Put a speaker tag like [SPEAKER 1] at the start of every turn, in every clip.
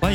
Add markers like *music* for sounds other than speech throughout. [SPEAKER 1] 欢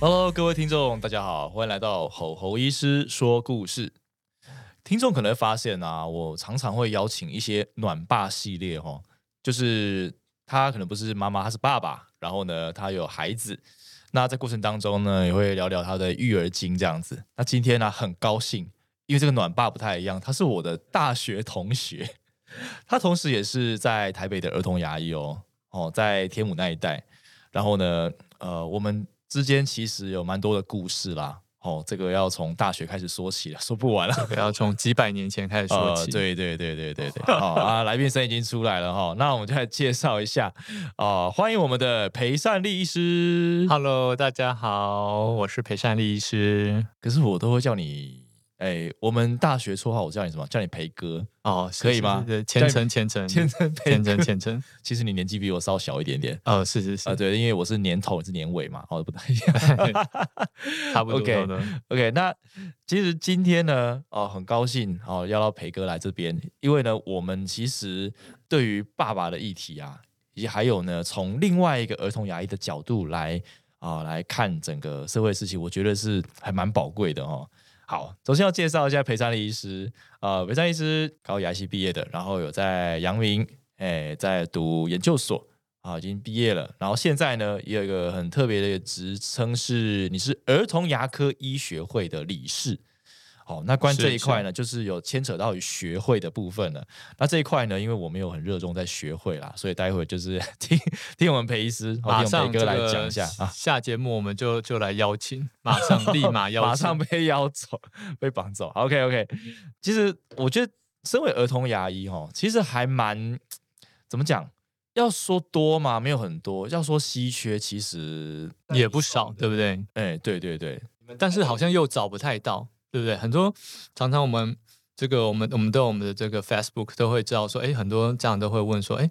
[SPEAKER 1] Hello，各位听众，大家好，欢迎来到吼吼医师说故事。听众可能会发现啊，我常常会邀请一些暖爸系列哦，就是他可能不是妈妈，他是爸爸，然后呢，他有孩子。那在过程当中呢，也会聊聊他的育儿经这样子。那今天呢、很高兴，因为这个暖爸不太一样，他是我的大学同学， *laughs* 他同时也是在台北的儿童牙医哦，哦，在天母那一带。然后呢，呃，我们之间其实有蛮多的故事啦。哦，这个要从大学开始说起了，说不完了。
[SPEAKER 2] 不要从几百年前开始说起。
[SPEAKER 1] 呃。对对对对对
[SPEAKER 2] *laughs*
[SPEAKER 1] 对，好、啊，来宾声已经出来了哈、那我们就来介绍一下哦、欢迎我们的裴善利医师。
[SPEAKER 2] ，Hello，大家好，我是裴善利医师。
[SPEAKER 1] 可是我都会叫你，哎，我们大学绰号我叫你什么？叫你裴哥。
[SPEAKER 2] 哦，是
[SPEAKER 1] 可以
[SPEAKER 2] 是
[SPEAKER 1] 吗
[SPEAKER 2] 是对，虔诚，虔诚，
[SPEAKER 1] 千层裴
[SPEAKER 2] 虔诚，
[SPEAKER 1] 哥。
[SPEAKER 2] 虔诚。
[SPEAKER 1] *laughs* 其实你年纪比我稍小一点点
[SPEAKER 2] 哦，是是
[SPEAKER 1] 啊、
[SPEAKER 2] 是，
[SPEAKER 1] 对，因为我是年头，你是年尾嘛，哦，不太一 *laughs*
[SPEAKER 2] *laughs*
[SPEAKER 1] 样。
[SPEAKER 2] 差不多
[SPEAKER 1] OK
[SPEAKER 2] 的。
[SPEAKER 1] *laughs* OK，那其实今天呢，哦，很高兴哦，邀到培哥来这边，因为呢，我们其实对于爸爸的议题啊，以及还有呢，从另外一个儿童牙医的角度来啊、来看整个社会事情，我觉得是还蛮宝贵的哦。好，首先要介绍一下裴山利医师，呃，裴山医师高牙系毕业的，然后有在阳明，哎，在读研究所，啊，已经毕业了，然后现在呢，也有一个很特别的一个职称是，你是儿童牙科医学会的理事。哦，那关于
[SPEAKER 2] 是
[SPEAKER 1] 这一块呢，就是有牵扯到于学会的部分了。那这一块呢，因为我没有很热衷在学会啦，所以待会就是 *laughs* 听听我们裴医师、哦、
[SPEAKER 2] 马
[SPEAKER 1] 听我
[SPEAKER 2] 上
[SPEAKER 1] 们裴哥
[SPEAKER 2] 这
[SPEAKER 1] 来
[SPEAKER 2] 个
[SPEAKER 1] 讲一下啊，
[SPEAKER 2] 下节目我们就就来邀请，马上立马邀请，
[SPEAKER 1] *laughs* 马上被邀走，被绑走。OK OK，其实我觉得身为儿童牙医哦，其实还蛮怎么讲？要说多嘛，没有很多；要说稀缺，其实
[SPEAKER 2] 也不少，对不对？
[SPEAKER 1] 哎，对对对，
[SPEAKER 2] 但是好像又找不太到，对不对？很多常常我们这个我们我们都有我们的这个 Facebook 都会知道说，哎，很多家长都会问说，哎，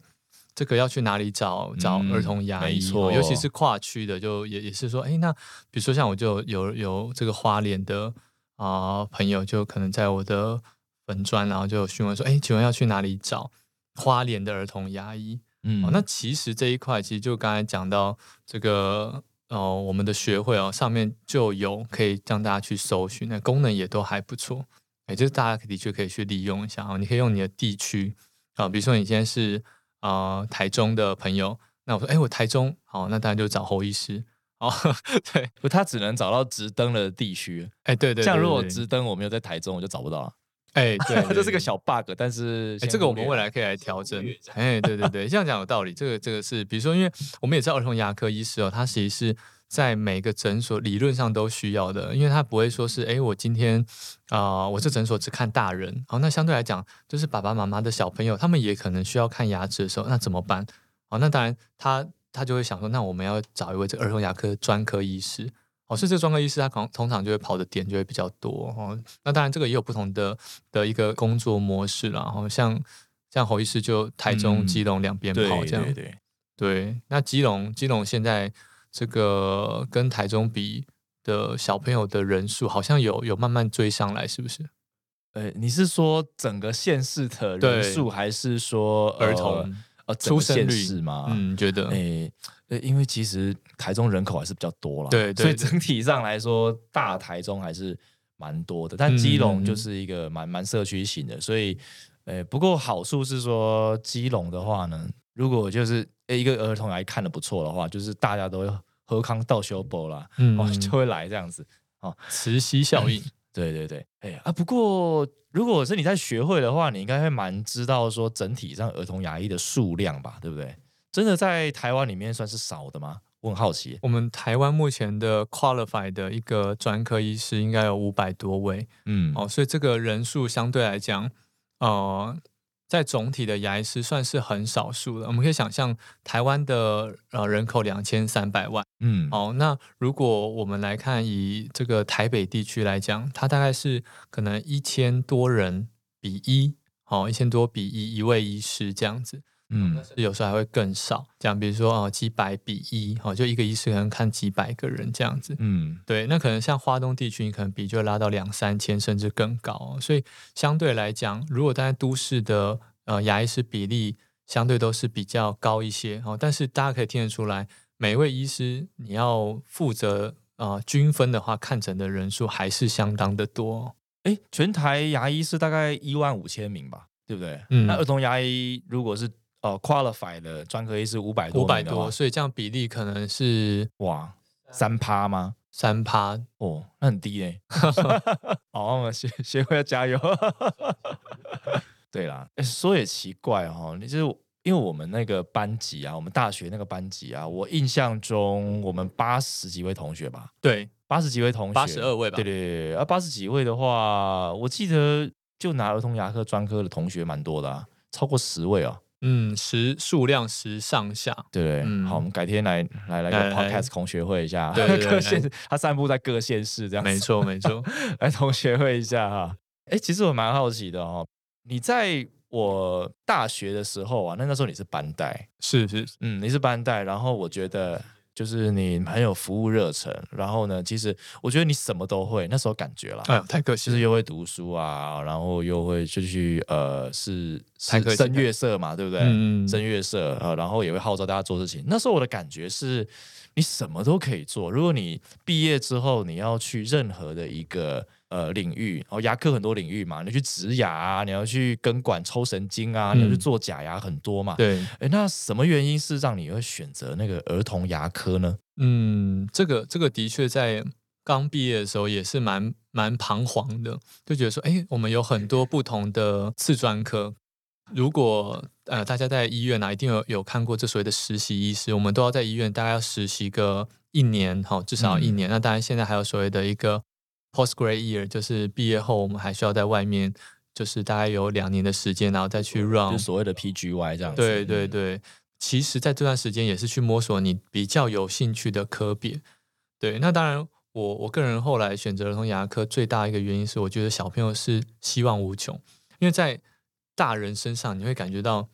[SPEAKER 2] 这个要去哪里找找
[SPEAKER 1] 嗯
[SPEAKER 2] 儿童牙
[SPEAKER 1] 没
[SPEAKER 2] 医？哦
[SPEAKER 1] 错
[SPEAKER 2] 尤其是跨区的，就也也是说，哎，那比如说像我就有有这个花莲的啊、朋友，就可能在我的粉砖，然后就询问说，哎，请问要去哪里找花莲的儿童牙医？
[SPEAKER 1] 嗯
[SPEAKER 2] 哦，那其实这一块其实就刚才讲到这个哦，我们的学会哦上面就有可以让大家去搜寻，那功能也都还不错，也就是大家的确可以去利用一下啊、哦。你可以用你的地区啊、比如说你现在是啊台中的朋友，那我说哎我台中，好，那当然就找侯医师哦， *laughs* 对，
[SPEAKER 1] 不他只能找到直登的地区。
[SPEAKER 2] 哎对对对，
[SPEAKER 1] 像如
[SPEAKER 2] 对
[SPEAKER 1] 果
[SPEAKER 2] 对
[SPEAKER 1] 直登我没有在台中，我就找不到了。
[SPEAKER 2] 哎对
[SPEAKER 1] *laughs*
[SPEAKER 2] 对
[SPEAKER 1] 这是个
[SPEAKER 2] 对
[SPEAKER 1] 小 bug，但是
[SPEAKER 2] 哎，
[SPEAKER 1] 先
[SPEAKER 2] 这个我
[SPEAKER 1] 忽
[SPEAKER 2] 们
[SPEAKER 1] 略
[SPEAKER 2] 未来可以来调整。哎，对对对，这样讲有道理。这个这个是，比如说，因为我们也知道儿童牙科医师哦，他其实是在每个诊所理论上都需要的，因为他不会说是，哎，我今天啊、呃我这诊所只看大人，好，那相对来讲，就是爸爸妈妈的小朋友，他们也可能需要看牙齿的时候，那怎么办？好，哦那当然他他就会想说，那我们要找一位这个儿童牙科专科医师。哦，所以这个专科医师他通通常就会跑的点就会比较多哦。那当然，这个也有不同的的一个工作模式啦。然、后像像侯医师就台中、
[SPEAKER 1] 嗯
[SPEAKER 2] 基隆两边跑
[SPEAKER 1] 对
[SPEAKER 2] 这样。
[SPEAKER 1] 对对，
[SPEAKER 2] 对那基隆基隆现在这个跟台中比的小朋友的人数，好像有有慢慢追上来，是不是？
[SPEAKER 1] 呃，你是说整个县市的人
[SPEAKER 2] 对
[SPEAKER 1] 数，还是说
[SPEAKER 2] 儿
[SPEAKER 1] 呃
[SPEAKER 2] 童
[SPEAKER 1] 呃整个
[SPEAKER 2] 出生
[SPEAKER 1] 县
[SPEAKER 2] 率
[SPEAKER 1] 市吗？
[SPEAKER 2] 嗯，觉得、
[SPEAKER 1] 诶、呃因为其实台中人口还是比较多啦，
[SPEAKER 2] 对对
[SPEAKER 1] 所以
[SPEAKER 2] 对
[SPEAKER 1] 整体上来说，大台中还是蛮多的，
[SPEAKER 2] 嗯
[SPEAKER 1] 但基隆就是一个蛮蛮社区型的，所以，呃，不过好处是说基隆的话呢，如果就是呃一个儿童来看的不错的话，就是大家都会喝康到修博啦，
[SPEAKER 2] 嗯
[SPEAKER 1] 哦，就会来这样子，
[SPEAKER 2] 磁吸效应。
[SPEAKER 1] 对对对，哎啊，不过如果是你在学会的话，你应该会蛮知道说整体上儿童牙医的数量吧，对不对？真的在台湾里面算是少的吗？我很好奇。
[SPEAKER 2] 我们台湾目前的 qualified 的一个专科医师应该有五百多位哦
[SPEAKER 1] 嗯，
[SPEAKER 2] 哦，所以这个人数相对来讲，呃，在总体的牙医师算是很少数了。我们可以想象，台湾的呃人口两千三百万，
[SPEAKER 1] 嗯，
[SPEAKER 2] 好，那如果我们来看以这个台北地区来讲，它大概是可能一千多人比一，好，一千多比一一位医师这样子。
[SPEAKER 1] 嗯，
[SPEAKER 2] 有时候还会更少，讲比如说哦几百比一，哦就一个医师可能看几百个人这样子。
[SPEAKER 1] 嗯，
[SPEAKER 2] 对，那可能像华东地区，你可能比就拉到两三千甚至更高哦、所以相对来讲，如果大家都市的呃牙医师比例相对都是比较高一些哦，但是大家可以听得出来，每一位医师你要负责呃均分的话，看诊的人数还是相当的多哦、
[SPEAKER 1] 哎，全台牙医是大概一万五千名吧，对不对？
[SPEAKER 2] 嗯
[SPEAKER 1] 那儿童牙医如果是呃 qualify 的专科医师五百多，
[SPEAKER 2] 五百多，，所以这样比例可能是
[SPEAKER 1] 哇，三趴吗？
[SPEAKER 2] 三趴
[SPEAKER 1] 哦，那很低 *laughs* 哎、好，我们协协会要加油。 *laughs* 对啦，诶说也奇怪哦，你就是因为我们那个班级啊，我们大学那个班级啊，我印象中我们八十几位同学吧，
[SPEAKER 2] 对，
[SPEAKER 1] 八十几位同学，
[SPEAKER 2] 82位吧
[SPEAKER 1] 对对对，对啊，八十几位的话，我记得就拿儿童牙科专科的同学蛮多的、啊，超过十位啊。
[SPEAKER 2] 嗯，十数量十
[SPEAKER 1] *laughs*
[SPEAKER 2] 上下，
[SPEAKER 1] 对不对？
[SPEAKER 2] 嗯
[SPEAKER 1] 好，我们改天来来来
[SPEAKER 2] 来
[SPEAKER 1] 个
[SPEAKER 2] 来
[SPEAKER 1] podcast 同学会一下，
[SPEAKER 2] 对对
[SPEAKER 1] *laughs*
[SPEAKER 2] 对
[SPEAKER 1] 各县他散布在各县市这样子，
[SPEAKER 2] 没错没错。
[SPEAKER 1] 来同学会一下哈。哎，其实我蛮好奇的哦，你在我大学的时候啊，那那时候你是班带，*laughs*
[SPEAKER 2] 是是，
[SPEAKER 1] 嗯，你是班带，然后我觉得就是你很有服务热忱，然后呢，其实我觉得你什么都会，那时候感觉啦。
[SPEAKER 2] 哎呦，太可惜
[SPEAKER 1] 就是
[SPEAKER 2] 了。
[SPEAKER 1] 又会读书啊，然后又会就去呃是
[SPEAKER 2] 太
[SPEAKER 1] 是
[SPEAKER 2] 客气
[SPEAKER 1] 声
[SPEAKER 2] 了
[SPEAKER 1] 乐社嘛，对不对？
[SPEAKER 2] 嗯嗯嗯
[SPEAKER 1] 声乐社呃，然后也会号召大家做事情。那时候我的感觉是，你什么都可以做。如果你毕业之后你要去任何的一个呃领域，然后牙科很多领域嘛，你去植牙啊，你要去根管抽神经啊，你要去
[SPEAKER 2] 嗯
[SPEAKER 1] 做假牙很多嘛。
[SPEAKER 2] 对，
[SPEAKER 1] 诶那什么原因是让你会选择那个儿童牙科呢？
[SPEAKER 2] 嗯，这个这个的确在刚毕业的时候也是蛮蛮彷徨的，就觉得说，哎，我们有很多不同的次专科。如果呃大家在医院啊，一定有有看过这所谓的实习医师，我们都要在医院大概要实习个一年，好、至少一
[SPEAKER 1] 嗯
[SPEAKER 2] 年。那当然现在还有所谓的一个 postgrad year，就是毕业后我们还需要在外面，就是大概有两年的时间，然后再去 run
[SPEAKER 1] 哦就所谓的 PGY 这样子。
[SPEAKER 2] 哦对对
[SPEAKER 1] 嗯，
[SPEAKER 2] 对，其实在这段时间也是去摸索你比较有兴趣的科别。对，那当然我，我个人后来选择儿童牙科最大一个原因是，我觉得小朋友是希望无穷，因为在大人身上你会感觉到，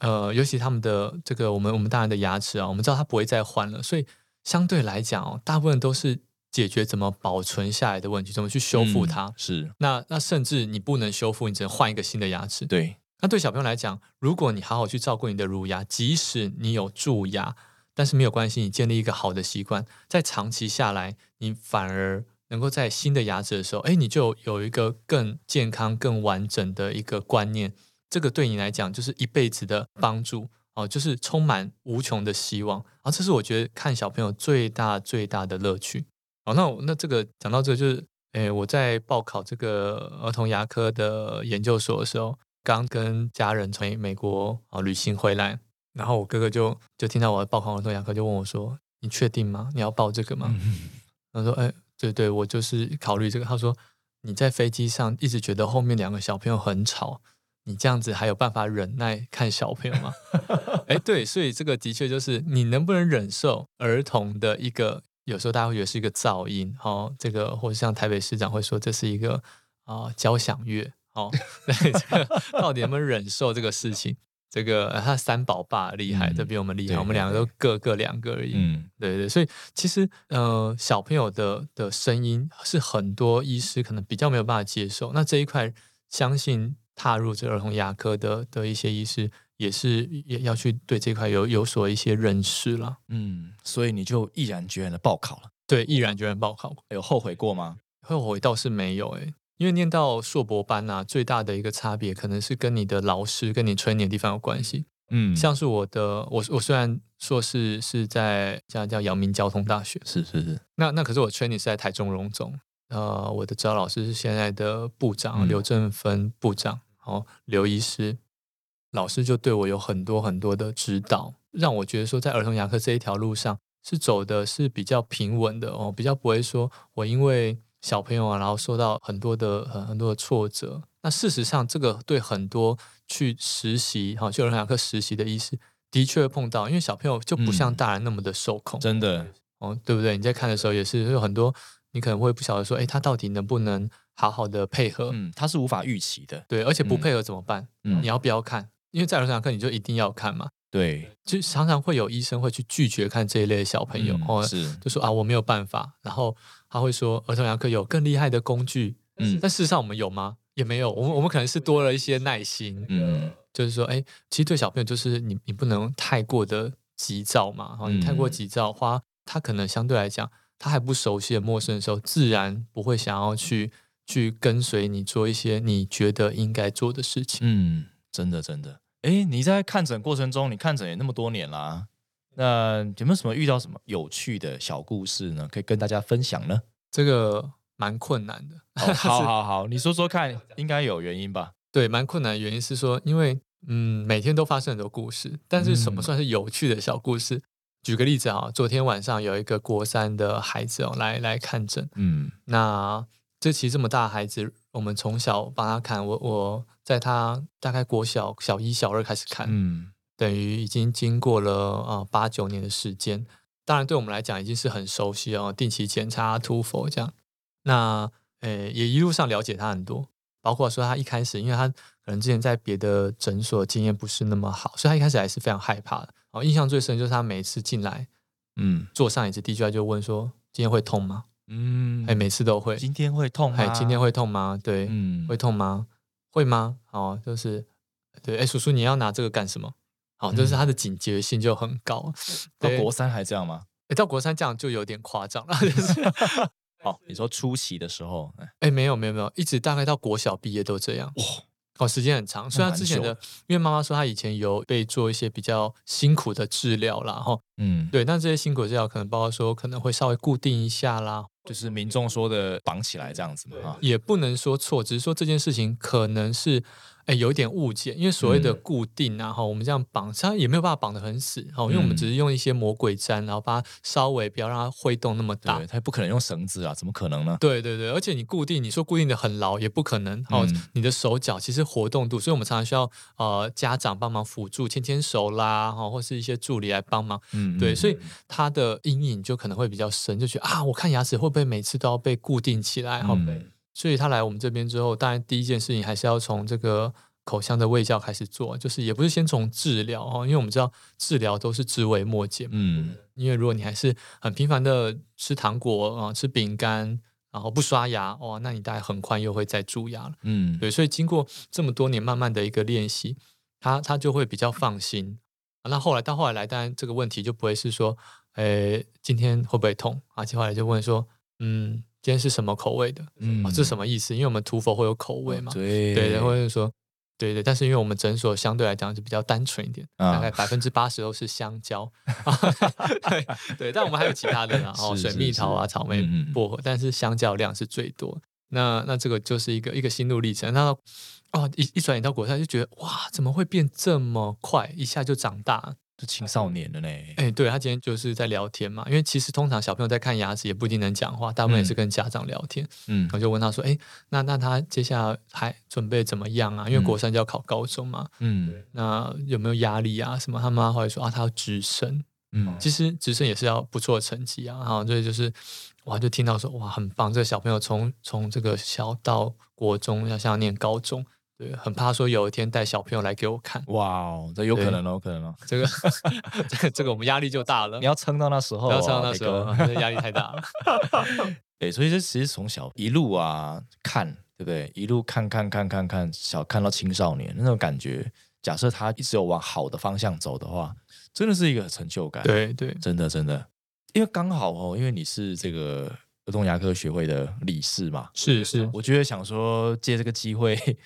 [SPEAKER 2] 呃，尤其他们的这个我们我们大人的牙齿啊，我们知道它不会再换了，所以相对来讲哦，大部分都是解决怎么保存下来的问题，怎么去修复
[SPEAKER 1] 嗯
[SPEAKER 2] 它。
[SPEAKER 1] 是
[SPEAKER 2] 那那甚至你不能修复，你只能换一个新的牙齿。
[SPEAKER 1] 对。
[SPEAKER 2] 那对小朋友来讲，如果你好好去照顾你的乳牙，即使你有蛀牙，但是没有关系，你建立一个好的习惯，在长期下来，你反而能够在新的牙齿的时候，哎，你就有一个更健康、更完整的一个观念。这个对你来讲就是一辈子的帮助哦，就是充满无穷的希望。啊，这是我觉得看小朋友最大最大的乐趣。哦，那我那这个讲到这个就是，诶，我在报考这个儿童牙科的研究所的时候，刚跟家人从美美国啊、旅行回来，然后我哥哥就就听到我报考儿童牙科，就问我说：“你确定吗？你要报这个吗？”
[SPEAKER 1] 嗯
[SPEAKER 2] *laughs* 他说：“哎，对对，我就是考虑这个。”他说：“你在飞机上一直觉得后面两个小朋友很吵，你这样子还有办法忍耐看小
[SPEAKER 1] *laughs*
[SPEAKER 2] 朋友吗？”哎，对，所以这个的确就是你能不能忍受儿童的一个，有时候大家会觉得是一个噪音，哦，这个或者像台北市长会说这是一个啊、交响乐，
[SPEAKER 1] *laughs*
[SPEAKER 2] 哦，对，这个到底能不能忍受这个事情？这个呃他三宝爸厉害，这
[SPEAKER 1] 嗯
[SPEAKER 2] 比我们厉
[SPEAKER 1] 对
[SPEAKER 2] 害，我们
[SPEAKER 1] 对
[SPEAKER 2] 两个都各各两个而已，
[SPEAKER 1] 嗯
[SPEAKER 2] 对对，所以其实呃，小朋友的的声音是很多医师可能比较没有办法接受。那这一块，相信踏入这儿童牙科的的一些医师，也是也要去对这块有有所一些认识啦。
[SPEAKER 1] 嗯，所以你就毅然决然的报考了，
[SPEAKER 2] 对，毅然决然报考，
[SPEAKER 1] 有后悔过吗？
[SPEAKER 2] 后悔倒是没有诶、欸因为念到硕博班啊，最大的一个差别可能是跟你的老师跟你吹你的地方有关系。
[SPEAKER 1] 嗯
[SPEAKER 2] 像是我的，我我虽然硕士是在叫叫阳明交通大学，
[SPEAKER 1] 是是是，
[SPEAKER 2] 那那可是我 training 是在台中荣总，呃，我的指导老师是现在的部长
[SPEAKER 1] 嗯
[SPEAKER 2] 刘正芬部长，哦，刘医师，老师就对我有很多很多的指导，让我觉得说在儿童牙科这一条路上是走的是比较平稳的哦，比较不会说我因为小朋友啊，然后受到很多的很很多的挫折。那事实上，这个对很多去实习哈，去儿童牙科实习的医师，的确会碰到，因为小朋友就不像
[SPEAKER 1] 嗯
[SPEAKER 2] 大人那么的受控。
[SPEAKER 1] 真的，
[SPEAKER 2] 哦，对不对？你在看的时候也是有很多，你可能会不晓得说，哎，他到底能不能好好的配合？
[SPEAKER 1] 嗯，他是无法预期的，
[SPEAKER 2] 对，而且不
[SPEAKER 1] 嗯
[SPEAKER 2] 配合怎么办？
[SPEAKER 1] 嗯
[SPEAKER 2] 你要不要看？因为在儿童牙科你就一定要看嘛，
[SPEAKER 1] 对，
[SPEAKER 2] 就常常会有医生会去拒绝看这一类的小朋友，
[SPEAKER 1] 嗯
[SPEAKER 2] 哦，
[SPEAKER 1] 是，
[SPEAKER 2] 就说啊我没有办法，然后他会说儿童牙科有更厉害的工具，
[SPEAKER 1] 嗯
[SPEAKER 2] 但事实上我们有吗？也没有，我们我们可能是多了一些耐心，
[SPEAKER 1] 嗯，
[SPEAKER 2] 就是说，哎，其实对小朋友就是你你不能太过的急躁嘛，哈、你太过
[SPEAKER 1] 嗯
[SPEAKER 2] 急躁，花他可能相对来讲他还不熟悉的陌生的时候，自然不会想要去去跟随你做一些你觉得应该做的事情。
[SPEAKER 1] 嗯，真的真的。哎，你在看诊过程中，你看诊也那么多年啦，那有没有什么遇到什么有趣的小故事呢？可以跟大家分享 *laughs* 呢？
[SPEAKER 2] 这个蛮困难的，
[SPEAKER 1] 哦、好好好，你说说看，应该有原因吧？
[SPEAKER 2] 对，蛮困难的原因是说，因为嗯，每天都发生很多故事，但是什么
[SPEAKER 1] 嗯
[SPEAKER 2] 算是有趣的小故事？举个例子啊，昨天晚上有一个国三的孩子哦，来来看诊，
[SPEAKER 1] 嗯
[SPEAKER 2] 那这其实这么大的孩子，我们从小帮他看，我我在他大概国小小一、小二开始看，
[SPEAKER 1] 嗯
[SPEAKER 2] 等于已经经过了呃八九年的时间。当然，对我们来讲已经是很熟悉哦，定期检查、突佛这样。那呃，也一路上了解他很多，包括说他一开始，因为他可能之前在别的诊所经验不是那么好，所以他一开始还是非常害怕的。哦，印象最深就是他每次进来
[SPEAKER 1] 嗯
[SPEAKER 2] 坐上椅子，第一句话就问说：“今天会痛吗？”
[SPEAKER 1] 嗯
[SPEAKER 2] 哎、每次都会。
[SPEAKER 1] 今天会痛吗？
[SPEAKER 2] 哎，今天会痛吗？对，
[SPEAKER 1] 啊嗯
[SPEAKER 2] 会痛吗？会吗？哦，就是对，哎，叔叔，你要拿这个干什么？好、就是
[SPEAKER 1] 嗯
[SPEAKER 2] 他的警觉性就很高。
[SPEAKER 1] 到
[SPEAKER 2] 对
[SPEAKER 1] 国三还这样吗？
[SPEAKER 2] 哎，到国三这样就有点夸张
[SPEAKER 1] *laughs*
[SPEAKER 2] 了，就是
[SPEAKER 1] 哦，你说初期的时候，哎
[SPEAKER 2] 哎，没有没有没有，一直大概到国小毕业都这样。哦，时间很长，虽
[SPEAKER 1] 那
[SPEAKER 2] 然
[SPEAKER 1] 蛮
[SPEAKER 2] 之前
[SPEAKER 1] 久
[SPEAKER 2] 的
[SPEAKER 1] 的，
[SPEAKER 2] 因为妈妈说她以前有被做一些比较辛苦的治疗啦，哈、
[SPEAKER 1] 嗯，
[SPEAKER 2] 对，那这些辛苦的治疗可能包括说可能会稍微固定一下啦，
[SPEAKER 1] 就是民众说的绑起来这样子嘛，哈，
[SPEAKER 2] 也不能说错，只是说这件事情可能是哎有一点误解，因为所谓的
[SPEAKER 1] 嗯
[SPEAKER 2] 固定啊，哈、我们这样绑，它也没有办法绑得很死，哦，因为我们
[SPEAKER 1] 嗯
[SPEAKER 2] 只是用一些魔鬼粘，然后把它稍微不要让它挥动那么大
[SPEAKER 1] 对，。他也不可能用绳子啊，怎么可能呢？
[SPEAKER 2] 对对对，而且你固定，你说固定的很牢也不可能哦。
[SPEAKER 1] 嗯
[SPEAKER 2] 你的手脚其实活动度，所以我们常常需要呃家长帮忙辅助，牵牵手啦，哈、或是一些助理来帮忙。
[SPEAKER 1] 嗯，
[SPEAKER 2] 对，
[SPEAKER 1] 嗯
[SPEAKER 2] 所以他的阴影就可能会比较深，就觉得啊，我看牙齿会不会每次都要被固定起来？哈、
[SPEAKER 1] 嗯
[SPEAKER 2] 所以他来我们这边之后，当然第一件事情还是要从这个口腔的卫教开始做，就是也不是先从治疗哦，因为我们知道治疗都是知微末节嘛。
[SPEAKER 1] 嗯
[SPEAKER 2] 因为如果你还是很频繁的吃糖果啊、呃吃饼干，然后不刷牙，哇，那你大概很快又会再蛀牙了。
[SPEAKER 1] 嗯，
[SPEAKER 2] 对，所以经过这么多年慢慢的一个练习，他他就会比较放心。啊那后来到后来来，当然这个问题就不会是说，诶，今天会不会痛？而且后来就问说，嗯，今天是什么口味的？
[SPEAKER 1] 嗯哦
[SPEAKER 2] 哦，这是什么意思？因为我们涂佛会有口味嘛，
[SPEAKER 1] 对啊
[SPEAKER 2] 对，然后就说，对对，但是因为我们诊所相对来讲是比较单纯一点，大概
[SPEAKER 1] 啊，
[SPEAKER 2] 百分之八十都是香蕉， *laughs* 对对，但我们还有其
[SPEAKER 1] *laughs*
[SPEAKER 2] 他的啦，哦，
[SPEAKER 1] 是
[SPEAKER 2] 水
[SPEAKER 1] 是
[SPEAKER 2] 蜜桃啊、
[SPEAKER 1] 是
[SPEAKER 2] 草莓
[SPEAKER 1] 嗯嗯嗯、
[SPEAKER 2] 薄荷，但是香蕉量是最多。那那这个就是一个一个心路历程。那哦，一一转眼到国三就觉得哇，怎么会变这么快，一下就长大？
[SPEAKER 1] 是青少年了呢。
[SPEAKER 2] 哎，对他今天就是在聊天嘛，因为其实通常小朋友在看牙齿也不一定能讲话，大部分也是
[SPEAKER 1] 嗯
[SPEAKER 2] 跟家长聊天。
[SPEAKER 1] 嗯
[SPEAKER 2] 我就问他说，哎，那那他接下来还准备怎么样啊？因为
[SPEAKER 1] 嗯
[SPEAKER 2] 国三就要考高中嘛，
[SPEAKER 1] 嗯
[SPEAKER 2] 那有没有压力啊？什么？他妈后来说啊，他要直升，
[SPEAKER 1] 嗯，
[SPEAKER 2] 其实直升也是要不错的成绩啊。哈，所以就是哇，就听到说哇，很棒，这个小朋友从从这个小到国中，要像念高中，对，很怕说有一天带小朋友来给我看，
[SPEAKER 1] 哇哦，这有可能哦，有可能哦。
[SPEAKER 2] 这个 *laughs* 这个这个我们压力就大了，
[SPEAKER 1] 你要撑到那时候
[SPEAKER 2] 不
[SPEAKER 1] 啊，
[SPEAKER 2] 要唱到那时候
[SPEAKER 1] 北
[SPEAKER 2] 啊， *laughs*
[SPEAKER 1] 哥。
[SPEAKER 2] 这压力太大了。
[SPEAKER 1] 对，所以这其实从小一路啊看，对不对？一路看看看看看，小看到青少年那种感觉。假设他一直有往好的方向走的话，真的是一个成就感。，
[SPEAKER 2] 对对，
[SPEAKER 1] 真的真的，因为刚好哦，因为你是这个儿童牙科学会的理事嘛，
[SPEAKER 2] 是是，
[SPEAKER 1] 我觉得想说借这个机会 *laughs*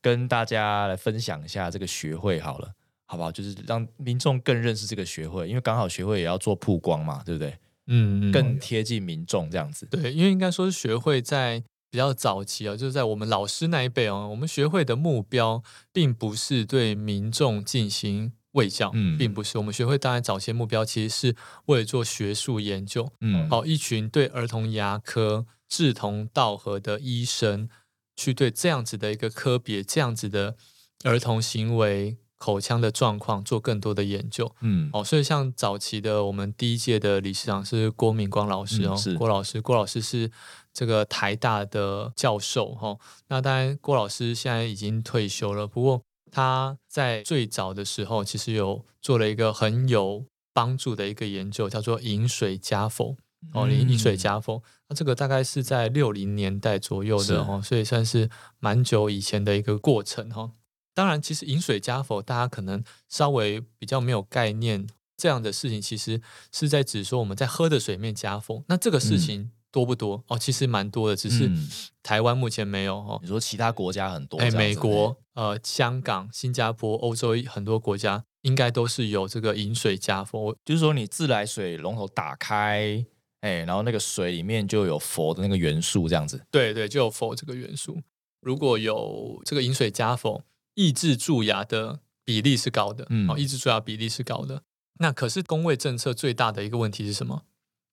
[SPEAKER 1] 跟大家来分享一下这个学会好了，好不好？就是让民众更认识这个学会，因为刚好学会也要做曝光嘛，对不对？
[SPEAKER 2] 嗯，嗯
[SPEAKER 1] 更贴近民众这样子。
[SPEAKER 2] 对，因为应该说是学会在比较早期啊，就是在我们老师那一辈哦，我们学会的目标并不是对民众进行卫教，
[SPEAKER 1] 嗯
[SPEAKER 2] 并不是我们学会当然早期的目标其实是为了做学术研究，
[SPEAKER 1] 嗯，
[SPEAKER 2] 哦，一群对儿童牙科志同道合的医生去对这样子的一个科别、这样子的儿童行为、口腔的状况做更多的研究。
[SPEAKER 1] 嗯，
[SPEAKER 2] 哦，所以像早期的我们第一届的理事长是郭明光老师
[SPEAKER 1] 嗯
[SPEAKER 2] 哦，
[SPEAKER 1] 是
[SPEAKER 2] 郭老师，郭老师是这个台大的教授哦。那当然，郭老师现在已经退休了，不过他在最早的时候其实有做了一个很有帮助的一个研究，叫做饮水加否。哦，饮饮水
[SPEAKER 1] 嗯
[SPEAKER 2] 加否，那这个大概是在六零年代左右
[SPEAKER 1] 是
[SPEAKER 2] 的哦，所以算是蛮久以前的一个过程哈、哦。当然，其实饮水加否，大家可能稍微比较没有概念，这样的事情其实是在指说我们在喝的水里面加否。那这个事
[SPEAKER 1] 嗯
[SPEAKER 2] 情多不多？哦，其实蛮多的，只是
[SPEAKER 1] 嗯
[SPEAKER 2] 台湾目前没有哦。
[SPEAKER 1] 你说其他国家很多，
[SPEAKER 2] 哎，
[SPEAKER 1] 这样
[SPEAKER 2] 美
[SPEAKER 1] 子
[SPEAKER 2] 国、呃、香港、新加坡、欧洲很多国家应该都是有这个饮水加否。我
[SPEAKER 1] 就是说你自来水龙头打开，哎，然后那个水里面就有佛的那个元素，这样子。
[SPEAKER 2] 对对，就有否这个元素。如果有这个饮水加否，抑制蛀牙的比例是高的，
[SPEAKER 1] 嗯
[SPEAKER 2] 哦，抑制蛀牙比例是高的。那可是工位政策最大的一个问题是什么？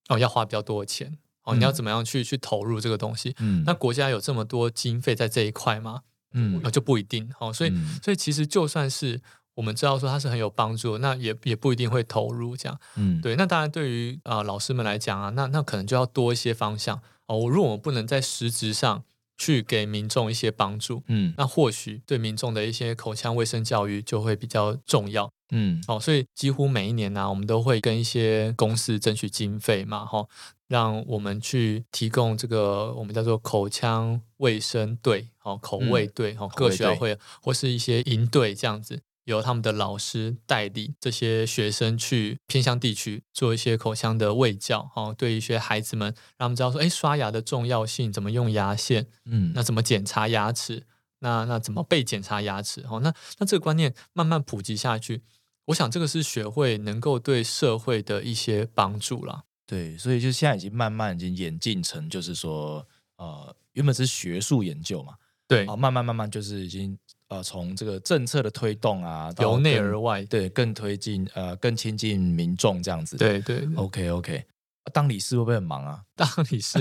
[SPEAKER 2] 哦，要花比较多的钱，哦，你要
[SPEAKER 1] 嗯
[SPEAKER 2] 怎么样去去投入这个东西？
[SPEAKER 1] 嗯
[SPEAKER 2] 那国家有这么多经费在这一块吗？
[SPEAKER 1] 嗯
[SPEAKER 2] 啊，就不一定哦。所以，
[SPEAKER 1] 嗯
[SPEAKER 2] 所以其实就算是我们知道说它是很有帮助的，那也也不一定会投入这样。
[SPEAKER 1] 嗯，
[SPEAKER 2] 对，那当然对于啊、呃老师们来讲啊，那那可能就要多一些方向哦。如果我们不能在实质上去给民众一些帮助，
[SPEAKER 1] 嗯
[SPEAKER 2] 那或许对民众的一些口腔卫生教育就会比较重要
[SPEAKER 1] 嗯
[SPEAKER 2] 哦。所以几乎每一年呢、啊我们都会跟一些公司争取经费嘛，哈、让我们去提供这个我们叫做口腔卫生队哦，口
[SPEAKER 1] 嗯
[SPEAKER 2] 卫队哦，
[SPEAKER 1] 口
[SPEAKER 2] 各
[SPEAKER 1] 味
[SPEAKER 2] 学校
[SPEAKER 1] 队
[SPEAKER 2] 会或是一些营队这样子，由他们的老师代理这些学生去偏乡地区做一些口腔的卫教哦，对一些孩子们让他们知道说，哎，刷牙的重要性，怎么用牙线，
[SPEAKER 1] 嗯，
[SPEAKER 2] 那怎么检查牙齿，那那怎么被检查牙齿哦，那那这个观念慢慢普及下去，我想这个是学会能够对社会的一些帮助啦。
[SPEAKER 1] 对，所以就现在已经慢慢已经演进成，就是说，呃，原本是学术研究嘛，
[SPEAKER 2] 对
[SPEAKER 1] 啊，慢慢慢慢就是已经呃，从这个政策的推动啊，到
[SPEAKER 2] 由内
[SPEAKER 1] 更
[SPEAKER 2] 而外，
[SPEAKER 1] 对，更推进呃，更亲近民众这样子。
[SPEAKER 2] 对对对
[SPEAKER 1] ，OK OK，当理事会不会很忙啊？
[SPEAKER 2] 当理事，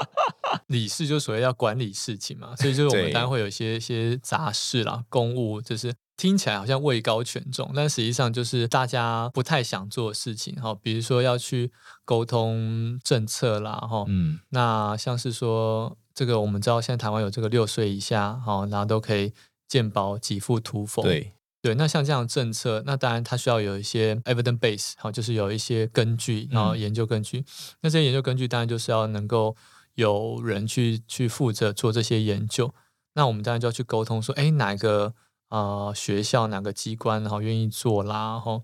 [SPEAKER 2] *laughs* 理事就所谓要管理事情嘛，所以就是我
[SPEAKER 1] 对
[SPEAKER 2] 们当然会有一些一些杂事啦、公务，就是听起来好像位高权重，但实际上就是大家不太想做的事情哈、比如说要去沟通政策啦，哦哈、
[SPEAKER 1] 嗯
[SPEAKER 2] 那像是说这个我们知道现在台湾有这个六岁以下哈、然后都可以健保给付涂否，
[SPEAKER 1] 对，
[SPEAKER 2] 对，那像这样的政策，那当然它需要有一些 evidence base，好、就是有一些根据，然后
[SPEAKER 1] 嗯
[SPEAKER 2] 研究根据。那这些研究根据当然就是要能够有人去去负责做这些研究。那我们当然就要去沟通说，哎，哪个啊、呃学校哪个机关然后愿意做啦，然后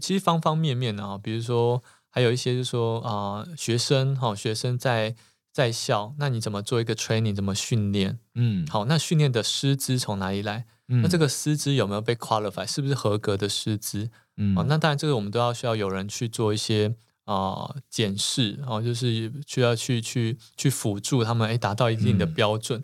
[SPEAKER 2] 其实方方面面的啊，比如说还有一些就是说啊、呃学生哈、学生在在校，那你怎么做一个 training，怎么训练？
[SPEAKER 1] 嗯，
[SPEAKER 2] 好，那训练的师资从哪里来？
[SPEAKER 1] 嗯，
[SPEAKER 2] 那这个师资有没有被 qualify，是不是合格的师资？
[SPEAKER 1] 嗯，
[SPEAKER 2] 哦，那当然这个我们都要需要有人去做一些啊、呃检视，哦，就是需要去去去辅助他们，哎，达到一定的
[SPEAKER 1] 嗯
[SPEAKER 2] 标准。